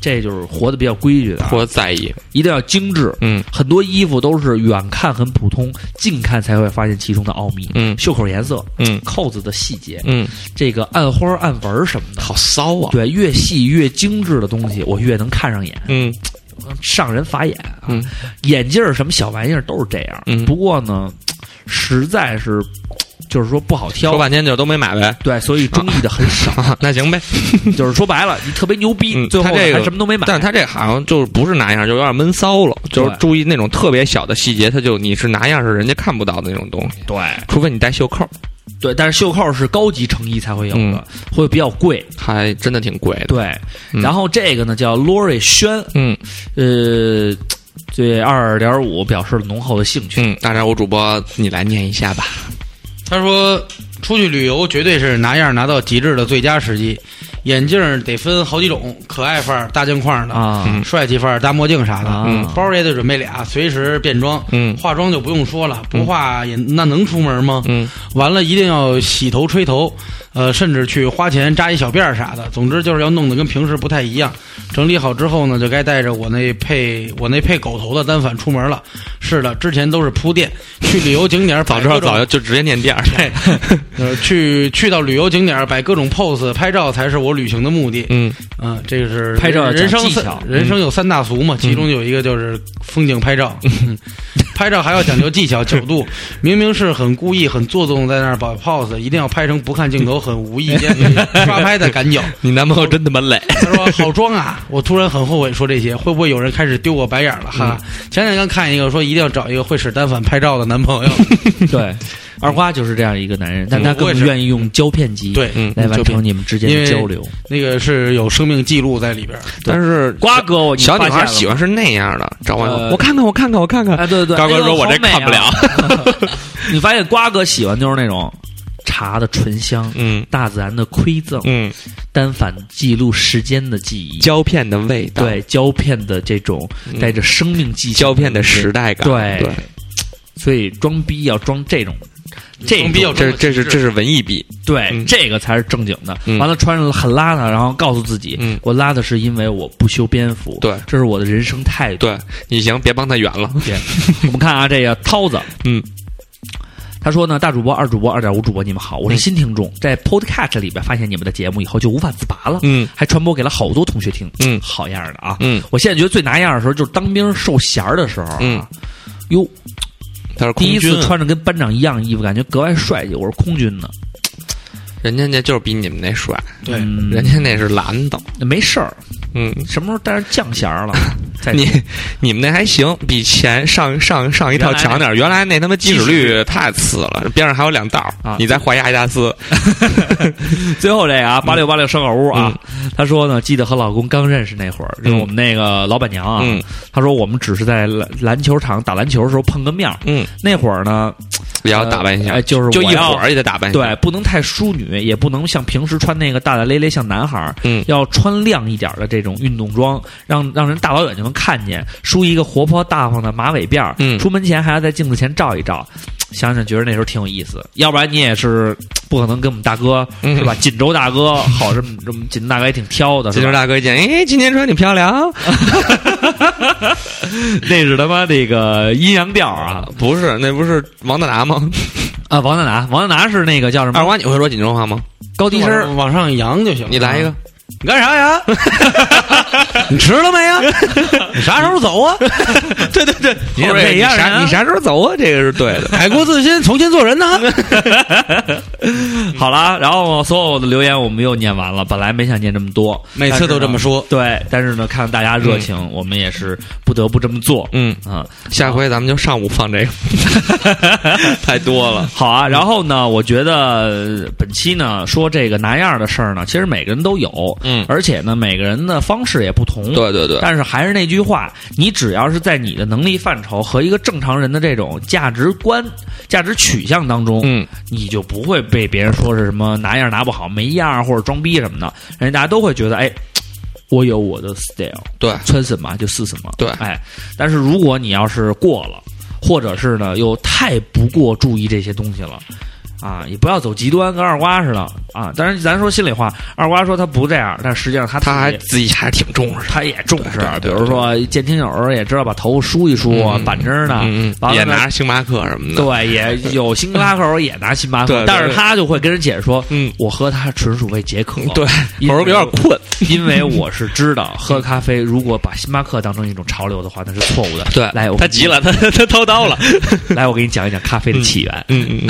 A: 这就是活得比较规矩的啊，
B: 我在意，
A: 一定要精致。
B: 嗯
A: 很多衣服都是远看很普通，近看才会发现其中的奥秘。
B: 嗯
A: 袖口颜色、
B: 嗯
A: 扣子的细节，
B: 嗯，
A: 这个暗花暗纹儿什么的，
B: 好骚啊，
A: 对，越细越精致的东西，我越能看上眼，
B: 嗯
A: 上人法眼啊。
B: 嗯
A: 眼镜儿什么小玩意儿都是这样。
B: 嗯
A: 不过呢，实在是就是说不好
B: 说
A: 挑。
B: 半天就都没买 呗，
A: 对，所以中意的 很少，
B: 啊，那行呗，
A: 就是说白了，你特别牛逼，
B: 嗯
A: 最后
B: 他这个
A: 还什么都没买。
B: 但是他这好像就是不是拿样，就有点闷骚了，就是
A: 对
B: 注意那种特别小的细节，他就你是拿样是人家看不到的那种东西，
A: 对
B: 除非你戴袖扣，
A: 对，但是袖扣是高级成衣才会有的，
B: 嗯
A: 会比较贵。
B: 还真的挺贵的。
A: 对，
B: 嗯
A: 然后这个呢叫 Lori 轩，
B: 嗯
A: 呃，对二点五表示了浓厚的兴趣。
B: 嗯，大家我主播你来念一下吧。
C: 他说出去旅游绝对是拿样拿到极致的最佳时机。眼镜儿得分好几种，可爱范儿、大镜框的，
A: 啊
B: 嗯
C: 帅气范儿、大墨镜啥的。
A: 啊
B: 嗯
C: 包儿也得准备俩，随时变装。
B: 嗯
C: 化妆就不用说了，不化也那能出门吗？
B: 嗯
C: 完了，一定要洗头、吹头，呃，甚至去花钱扎一小辫儿啥的。总之就是要弄得跟平时不太一样。整理好之后呢，就该带着我那配我那配狗头的单反出门了。是的，之前都是铺垫，去旅游景点儿摆
B: 早知道
C: 各种
B: 早就就直接念第二天。
C: 呃，去去到旅游景点儿摆各种 pose 拍照才是我旅行的目的。
B: 嗯
C: 嗯、这个是
A: 拍照要讲
C: 人生
A: 技
C: 三
A: 巧
C: 人生有三大俗嘛，其中有一个就是风景拍照，嗯 拍照还要讲究技巧角度。明明是很故意、很做作地在那儿摆 pose，一定要拍成不看镜头、很无意间抓拍的赶脚。
B: 你男朋友真他妈累。
C: 他说：“好装啊！”我突然很后悔说这些，会不会有人开始丢我白眼儿了？哈，前两天刚看一个说一定要找一个会使单反拍照的男朋友，
B: 嗯
A: 对，二瓜就是这样一个男人，但他
C: 我
A: 更
C: 也是
A: 愿意用胶片机
C: 对，
B: 嗯，
A: 来完
C: 胶片
A: 成你们之间
C: 因
A: 的
C: 为
A: 交流。
C: 那个是有生命记录在里边儿。
B: 但是
A: 瓜哥，我
B: 小女孩喜
A: 欢。
B: 欢是那样的，找我
A: 呃
B: 我看看我看看我看看。
A: 哎，对对，
B: 高哥
A: 哎呦
B: 说我这看
A: 好
B: 不。
A: 美啊 你发现瓜哥喜欢就是那种茶的醇香，
B: 嗯
A: 大自然的馈赠，
B: 嗯，
A: 单反记录时间的记忆，
B: 胶片的味道，
A: 对胶片的这种
B: 嗯
A: 带着生命迹象
B: 胶片的时代感，
A: 对
B: 对，
A: 所以装逼要装这种，这
C: 装逼要
A: 种
B: 这这是这是文艺逼。
A: 对、
B: 嗯
A: 这个才是正经的。
B: 嗯
A: 完了，穿上很邋遢，然后告诉自己，
B: 嗯
A: 我邋遢是因为我不修边幅，
B: 对
A: 这是我的人生态度。
B: 对，你行，别帮他圆了。
A: 我们看啊，这个涛子，
B: 嗯。
A: 他说呢，大主播、二主播、二点五主播，你们好，我是
B: 嗯
A: 新听众，在 Podcast 里边发现你们的节目以后就无法自拔了，
B: 嗯
A: 还传播给了好多同学听，
B: 嗯
A: 好样儿的啊！
B: 嗯，
A: 我现在觉得最拿样儿的时候就是当兵受衔儿的时候啊，
B: 嗯
A: 哟，
B: 他是空
A: 第一次
B: 军
A: 穿着跟班长一样衣服，感觉格外帅气，我是空军的，
B: 人家那就是比你们那帅，
C: 对，
A: 嗯
B: 人家那是蓝的。
A: 没事儿，
B: 嗯，
A: 什么时候带上降衔儿了？再
B: 你你们那还行，比前上上上一套强点儿。原来那他妈基础率太次了，边上还有两道儿
A: 啊
B: 你再换一阿迪达斯，
A: 最后这个啊，八六八六烧烤屋啊，她说呢，记得和老公刚认识那会儿，就是
B: 嗯
A: 我们那个老板娘啊，
B: 嗯
A: 她说我们只是在篮篮球场打篮球的时候碰个面儿，
B: 嗯，
A: 那会儿呢
B: 也要打扮一下
A: 呃，就是
B: 就
A: 我
B: 一
A: 要
B: 会儿哎也得打扮一下。
A: 对，不能太淑女，也不能像平时穿那个大大咧咧像男孩儿，
B: 嗯
A: 要穿亮一点儿的这种运动装，让让人大老远就能看见，梳一个活泼大方的马尾辫儿，
B: 嗯
A: 出门前还要在镜子前照一照，想想觉得那时候挺有意思，要不然你也是不可能跟我们大哥、
B: 嗯
A: 是吧？锦州大哥，好这么这么锦州大哥也挺挑的，
B: 金
A: 是
B: 牛
A: 吧？
B: 大哥一见，哎，今天穿挺漂亮
A: 那是他妈那个阴阳调啊！！
B: 不是，那不是王大拿吗？
A: 啊，王大拿，王大拿是那个叫什么
B: 二瓜，你会说锦州话吗？
A: 高低声儿
C: 往上扬就行了。
B: 你来一个，
C: 你干啥呀？你吃了没呀？你啥时候走啊？
B: 对对对，
A: 你怎么这
B: 你
A: 样啊
B: 啥你啥时候走啊？这个是对 的。
C: 改过自新，重新做人呢？
A: 好了，然后所有的留言我们又念完了，本来没想念这么多，
C: 每次都这么说。
A: 对，但是呢，看大家热情，我们也是不得不这么做。
B: 嗯，
A: 啊、
B: 下回咱们就上午 放这个，太多了。
A: 好啊。然后呢，我觉得呃本期呢说这个拿样的事儿呢，其实每个人都有，
B: 嗯，
A: 而且呢，每个人的方式也不同。
B: 对对对，
A: 但是还是那句话，你只要是在你的能力范畴和一个正常人的这种价值观、价值取向当中，
B: 嗯，
A: 你就不会被别人说是什么拿样拿不好、没样儿或者装逼什么的，人家大家都会觉得，哎，我有我的 style，
B: 对
A: 穿什么就是什么，
B: 对
A: 哎，但是如果你要是过了，或者是呢又太不过注意这些东西了。啊，也不要走极端，跟二瓜似的啊！当然，咱说心里话，二瓜说他不这样，但实际上他
B: 他还
A: 自己
B: 自己还是挺重视的。
A: 他也重视
B: 对对，
A: 比
B: 对
A: 如说见听友也知道把头梳一梳啊，
B: 嗯
A: 板正的，
B: 嗯嗯
A: 完
B: 也
A: 了呢
B: 拿着星巴克什么的。
A: 对，也有星巴克偶尔也拿星巴
B: 对
A: 克，
B: 对
A: 但是
B: 对
A: 他就会跟人解释说，
B: 嗯，
A: 我喝它纯属为解渴，
B: 对，
A: 因
B: 口
A: 为
B: 儿有点困。
A: 因为我是知道喝咖啡如果把星巴克当成一种潮流的话，那是错误的。
B: 对，
A: 来，我
B: 他急，了，他他掏刀了。
A: 来，我给你讲一讲咖啡的起源，
B: 嗯嗯，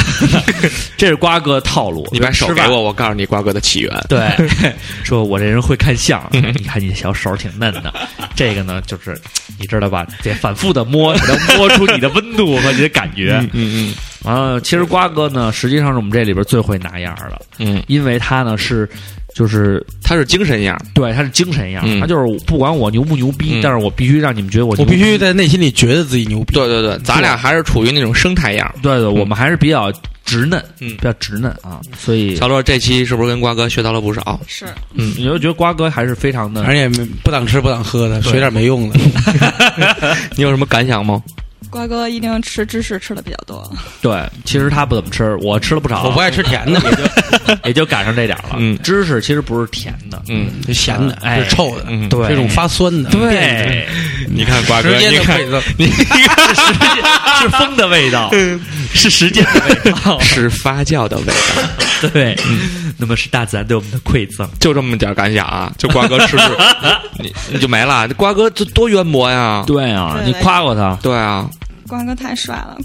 B: 嗯
A: 这是瓜哥套路，
B: 你把手
A: 吃
B: 给
A: 饭
B: 我，我告诉你瓜哥的起源。
A: 对， 说我这人会看相，啊
B: 嗯
A: 你看你小手挺嫩的，这个呢就是你知道吧，得反复的摸，能摸出你的温度和你的感觉。
B: 嗯嗯
A: 啊，其实瓜哥呢，实际上是我们这里边最会拿样儿的，
B: 嗯，嗯，
A: 因为他呢是就是
B: 他是精神样儿。
A: 对他是精神样儿，
B: 嗯
A: 他就是不管我牛不牛逼，
B: 嗯
A: 但是我必须让你们觉得我
C: 我
A: 牛逼
C: 必须在内心里觉得自己牛逼。
B: 对对对，咱俩还是处于那种生态样儿。
A: 对对，我们还是比较直嫩，
B: 嗯
A: 比较直嫩啊，所以
B: 小洛这期是不是跟瓜哥学到了不少？
D: 是
A: 你就觉得瓜哥还是非常的
C: 而且不当吃不当喝的，
A: 对
C: 学点没用的。
B: 你有什么感想吗？
D: 瓜哥一定吃芝士吃的比较多，
A: 对，其实他不怎么吃，我吃了不少，
C: 我不爱吃甜的，
A: 也就赶上这点儿了。
B: 嗯
A: 芝士其实不是甜的，
B: 嗯
C: 就咸的，
A: 哎
C: 就臭的，
B: 嗯，
A: 对
C: 这种发酸的，变
A: 对，
B: 你看瓜
C: 的，
B: 哥，
C: 时间
B: 你
C: 的
B: 看，
C: 馈
A: 是
C: 赠。
A: 时间 是风的味道，是时间的味道
B: 是发酵的味道，
A: 对，嗯那么是大自然对我们的馈赠。
B: 就这么点儿感想啊！就瓜哥吃 吃，你你就没了。瓜哥这多渊博呀！
A: 对啊，
D: 对
A: 你夸过他，
B: 对啊，
D: 瓜哥太 帅了，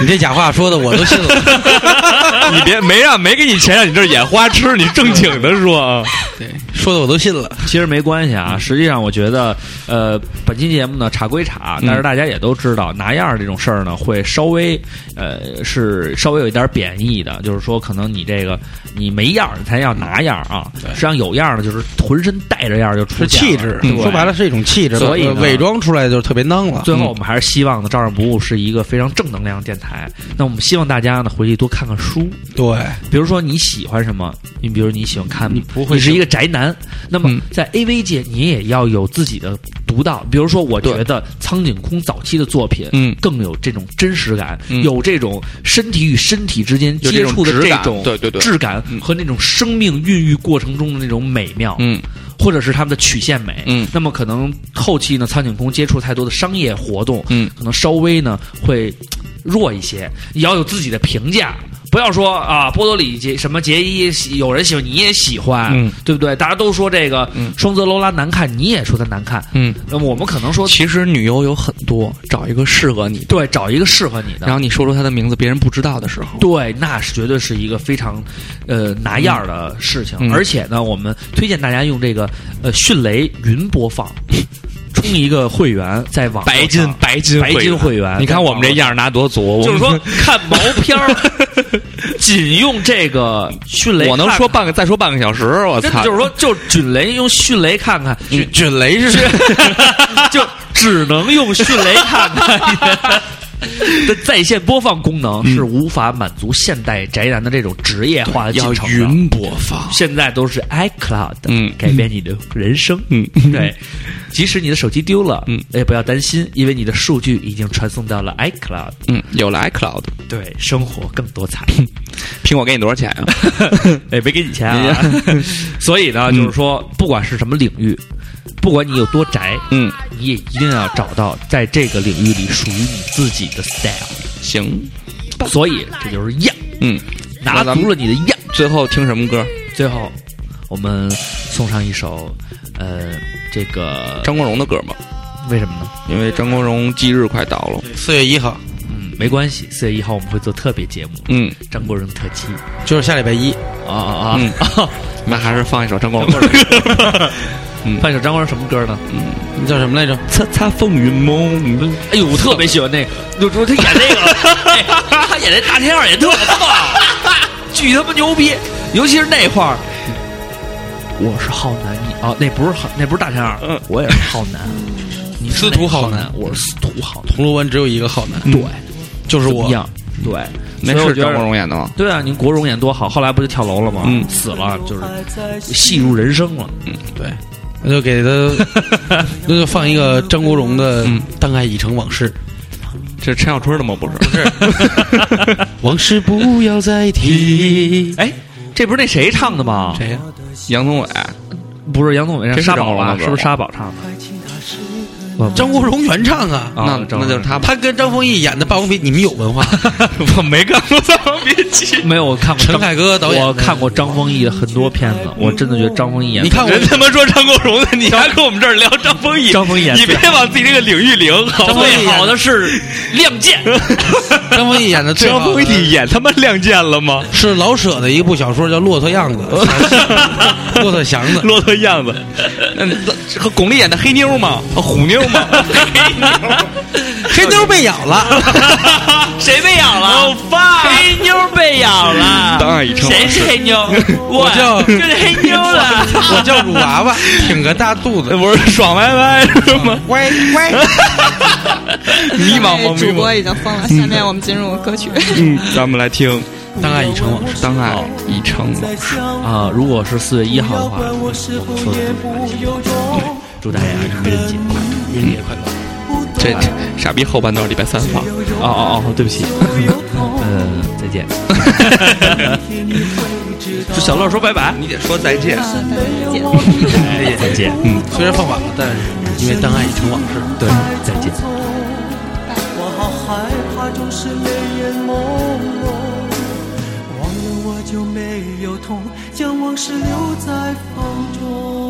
C: 你这假话说的我都信了。
B: 你别没让没给你钱，让你这眼花痴，你正经的说啊。
C: 对，说的我都信了。
A: 其实没关系
C: 嗯
A: 啊。实际上，我觉得，呃，本期节目呢查归查，
C: 嗯
A: 但是大家也都知道，拿样儿这种事儿呢，会稍微，呃，是稍微有一点贬义的，就是说，可能你这个你没样儿才要拿样儿啊，实际上有样儿的就是浑身带着样儿就出
C: 是
A: 现了
C: 气质，
A: 对
C: 说白了嗯是一种气质，呃
A: 所以呢
C: 伪装出来就是特别囊了。
A: 最后，我们还是希望呢，照样不误是一个非常正能量的电台。那我们希望大家呢，回去多看看书，
C: 嗯对，
A: 比如说你喜欢什么，你比如你喜欢看，你
C: 不会
A: 是一个宅男，那么
B: 嗯
A: 在 A V 界你也要有自己的独到。比如说，我
B: 对
A: 觉得苍井空早期的作品
B: 嗯，
A: 更有这种真实感，
B: 嗯
A: 有这种身体与身体之间
B: 有这
A: 接
B: 种
A: 触的
B: 质
A: 这
B: 感
A: 种
B: 对对对
A: 质感和那种生命孕育过程中的那种美妙，
B: 嗯
A: 或者是他们的曲线美。
B: 嗯
A: 那么可能后期呢，苍井空接触太多的商业活动，
B: 嗯，
A: 可能稍微呢会弱一些，也要有自己的评价。不要说啊，波多里杰什么杰伊，有人喜欢你也喜欢，
B: 嗯
A: 对不对？大家都说这个、
B: 嗯
A: 双泽罗拉难看，你也说它难看。
B: 嗯。
A: 那么我们可能说，
B: 其实女优有很多，找一个适合你的，
A: 对，找一个适合你的，
B: 然后你说出她的名字，别人不知道的时候，
A: 对，那是绝对是一个非常，呃，拿样儿的事情。
B: 嗯
A: 而且呢，我们推荐大家用这个呃迅雷云播 放，充一个会员，在网络上
B: 白金
A: 白金会员。
B: 你看我们这样拿多足，
A: 就是
B: 我
A: 说
B: 们，
A: 看毛片儿， 仅用这个迅雷，
B: 我能说。半个再说半个小时，我
A: 真
B: 操！
A: 的就是说，就迅雷用迅雷看看，
B: 嗯
C: 菌菌雷是
A: 就只能用迅雷看 看。的在线播放功能
B: 嗯
A: 是无法满足现代宅男的这种职业化的
B: 要
A: 进程的。
B: 云播放，
A: 现在都是 iCloud，
B: 嗯
A: 改变你的人生，
B: 嗯，
A: 对。即使你的手机丢了，
B: 嗯，
A: 也不要担心，因为你的数据已经传送到了 iCloud，
B: 嗯，有了 iCloud，
A: 对，生活更多 彩。
B: 苹果给你多少钱啊？
A: 哎，没给你钱啊！ 所以
B: 嗯
A: 呢，就是说，不管是什么领域，不管你有多宅，
B: 嗯，
A: 你也一定要找到在这个领域里属于你自己的 style。
B: 行，
A: 所以这就是样，
B: 嗯，
A: 拿
B: 那咱们
A: 足了你的样。
B: 最后听什么歌？
A: 最后，我们送上一首，呃，这个
B: 张国荣的歌嘛，
A: 为什么呢？
B: 因为张国荣忌日快到了。
C: 四月一号，
A: 嗯，没关系，四月一号我们会做特别节目，
B: 嗯，
A: 张国荣特辑。
C: 就是下礼拜一，
A: 啊啊
B: 嗯
A: 啊！
B: 那还是放一首张国荣的歌。嗯
A: 放一首张国荣什么歌呢？
C: 那叫什么来着？
B: 擦擦风云梦，
A: 哎呦，我特别喜欢那个，就就是他演那 个，哎他演那大天二也特棒，巨他妈牛逼，尤其是那块儿。我是浩南一啊，那不是浩，那不是大天二，
B: 嗯
A: 我也是浩南。你是
C: 司徒
A: 哪个浩
C: 浩南，
A: 我是司徒浩南。
C: 铜锣湾只有一个浩南，
A: 对，
C: 就是
A: 不
C: 我嗯
A: 一。样。对，
B: 那
A: 所以我
B: 是
A: 觉得
B: 张国。荣演的吗？
A: 对啊，你国荣演多好，后来不就跳楼了吗？
B: 嗯
A: 死了，就是戏入人生了。
C: 对，那 就给他，那就放一个张国荣的
B: 嗯
C: 《当爱已成往事》。
B: 这是陈小春的吗？不是，
C: 往事不要再提。
A: 哎，这不是那谁唱的吗？
C: 谁呀？
B: 杨宗纬。
A: 不是杨宗纬，
B: 真是
A: 沙
B: 张
A: 宝
B: 国荣
A: 吧？
B: 的歌
A: 是不是沙宝唱的？
C: 张国荣原唱啊，
B: 那
A: 啊张
B: 那就是他吧。
C: 他跟张丰毅演的《霸王别》，你们有文化。
B: 我没看过《霸王别姬》，
A: 没有，我看过
C: 陈
A: 张
C: 凯歌导演的
A: 我看过张丰毅的很多片子，我真的觉得张丰毅演
C: 你看我
B: 人他妈说张国荣的，你还跟我们这儿聊张丰毅？
A: 张丰毅演
B: 你别往自己这个领域领，好
C: 张
B: 吗
C: 丰？毅
A: 最
C: 演
A: 好的是《亮剑》，
C: 张丰毅演的 最
B: 张
C: 好
B: 丰
C: 的
B: 毅演他妈《亮剑》了 吗？
C: 是老舍的一部小说，叫《骆驼 样子》，骆驼祥子。
B: 骆驼样子，嗯，和巩俐演的黑妞吗？啊虎妞吗？
C: 黑妞被咬了，
A: 谁被咬了？
B: Oh,
A: 黑妞被咬 了。
B: 当然已成往
A: 谁
B: 事
A: 是黑妞？ 我
C: 叫
A: 就是黑妞了。
C: 我叫乳娃娃，挺个大肚子。
B: 不是爽歪歪是吗？
C: 歪 歪，
B: 迷茫
D: 哎
B: 吗？迷
D: 主播
B: 茫。
D: 已经疯了，下面我们进入歌曲。
B: 嗯，咱们来听
C: 当爱已成往事。
B: 《当爱已成往事》。
A: 啊，如果是四月一号的话，我们说的祝大家愚人节快乐。
B: 这这傻逼后半段礼拜三放。
A: 哦哦哦，对不起， 嗯，再见。就小乐说拜拜，
B: 你得说再见。
D: 啊大家再见。
A: 再见，
B: 嗯，
C: 虽然放晚了，但是因为当爱已成往事。
A: 对，再见。
E: 我好害怕，总是泪眼朦胧。忘了我就没有痛，将往事留在风中。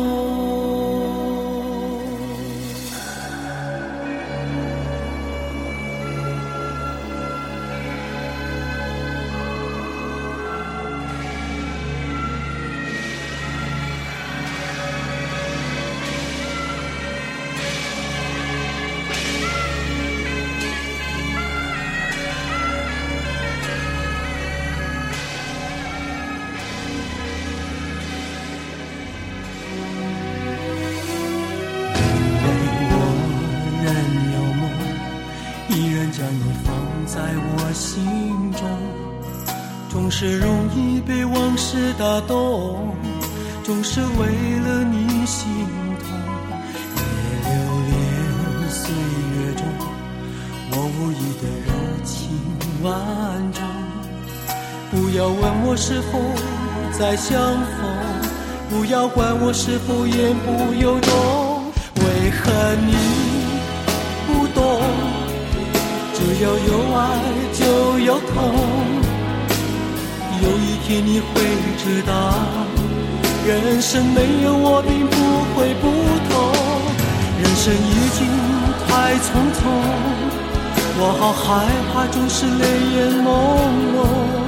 E: 我仍有梦，依然将你放在我心中。总是容易被往事打动，总是为了你心痛。别留恋岁月中，我无意的柔情万种。不要问我是否再相逢，不要管我是否言不由衷。为何你不懂？只要有爱就有痛，有一天你会知道，人生没有我并不会不同。人生已经太匆匆。我好害怕，总是泪眼朦胧。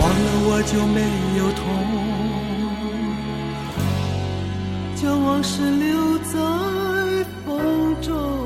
E: 忘了我就没有痛，将往事留在风中。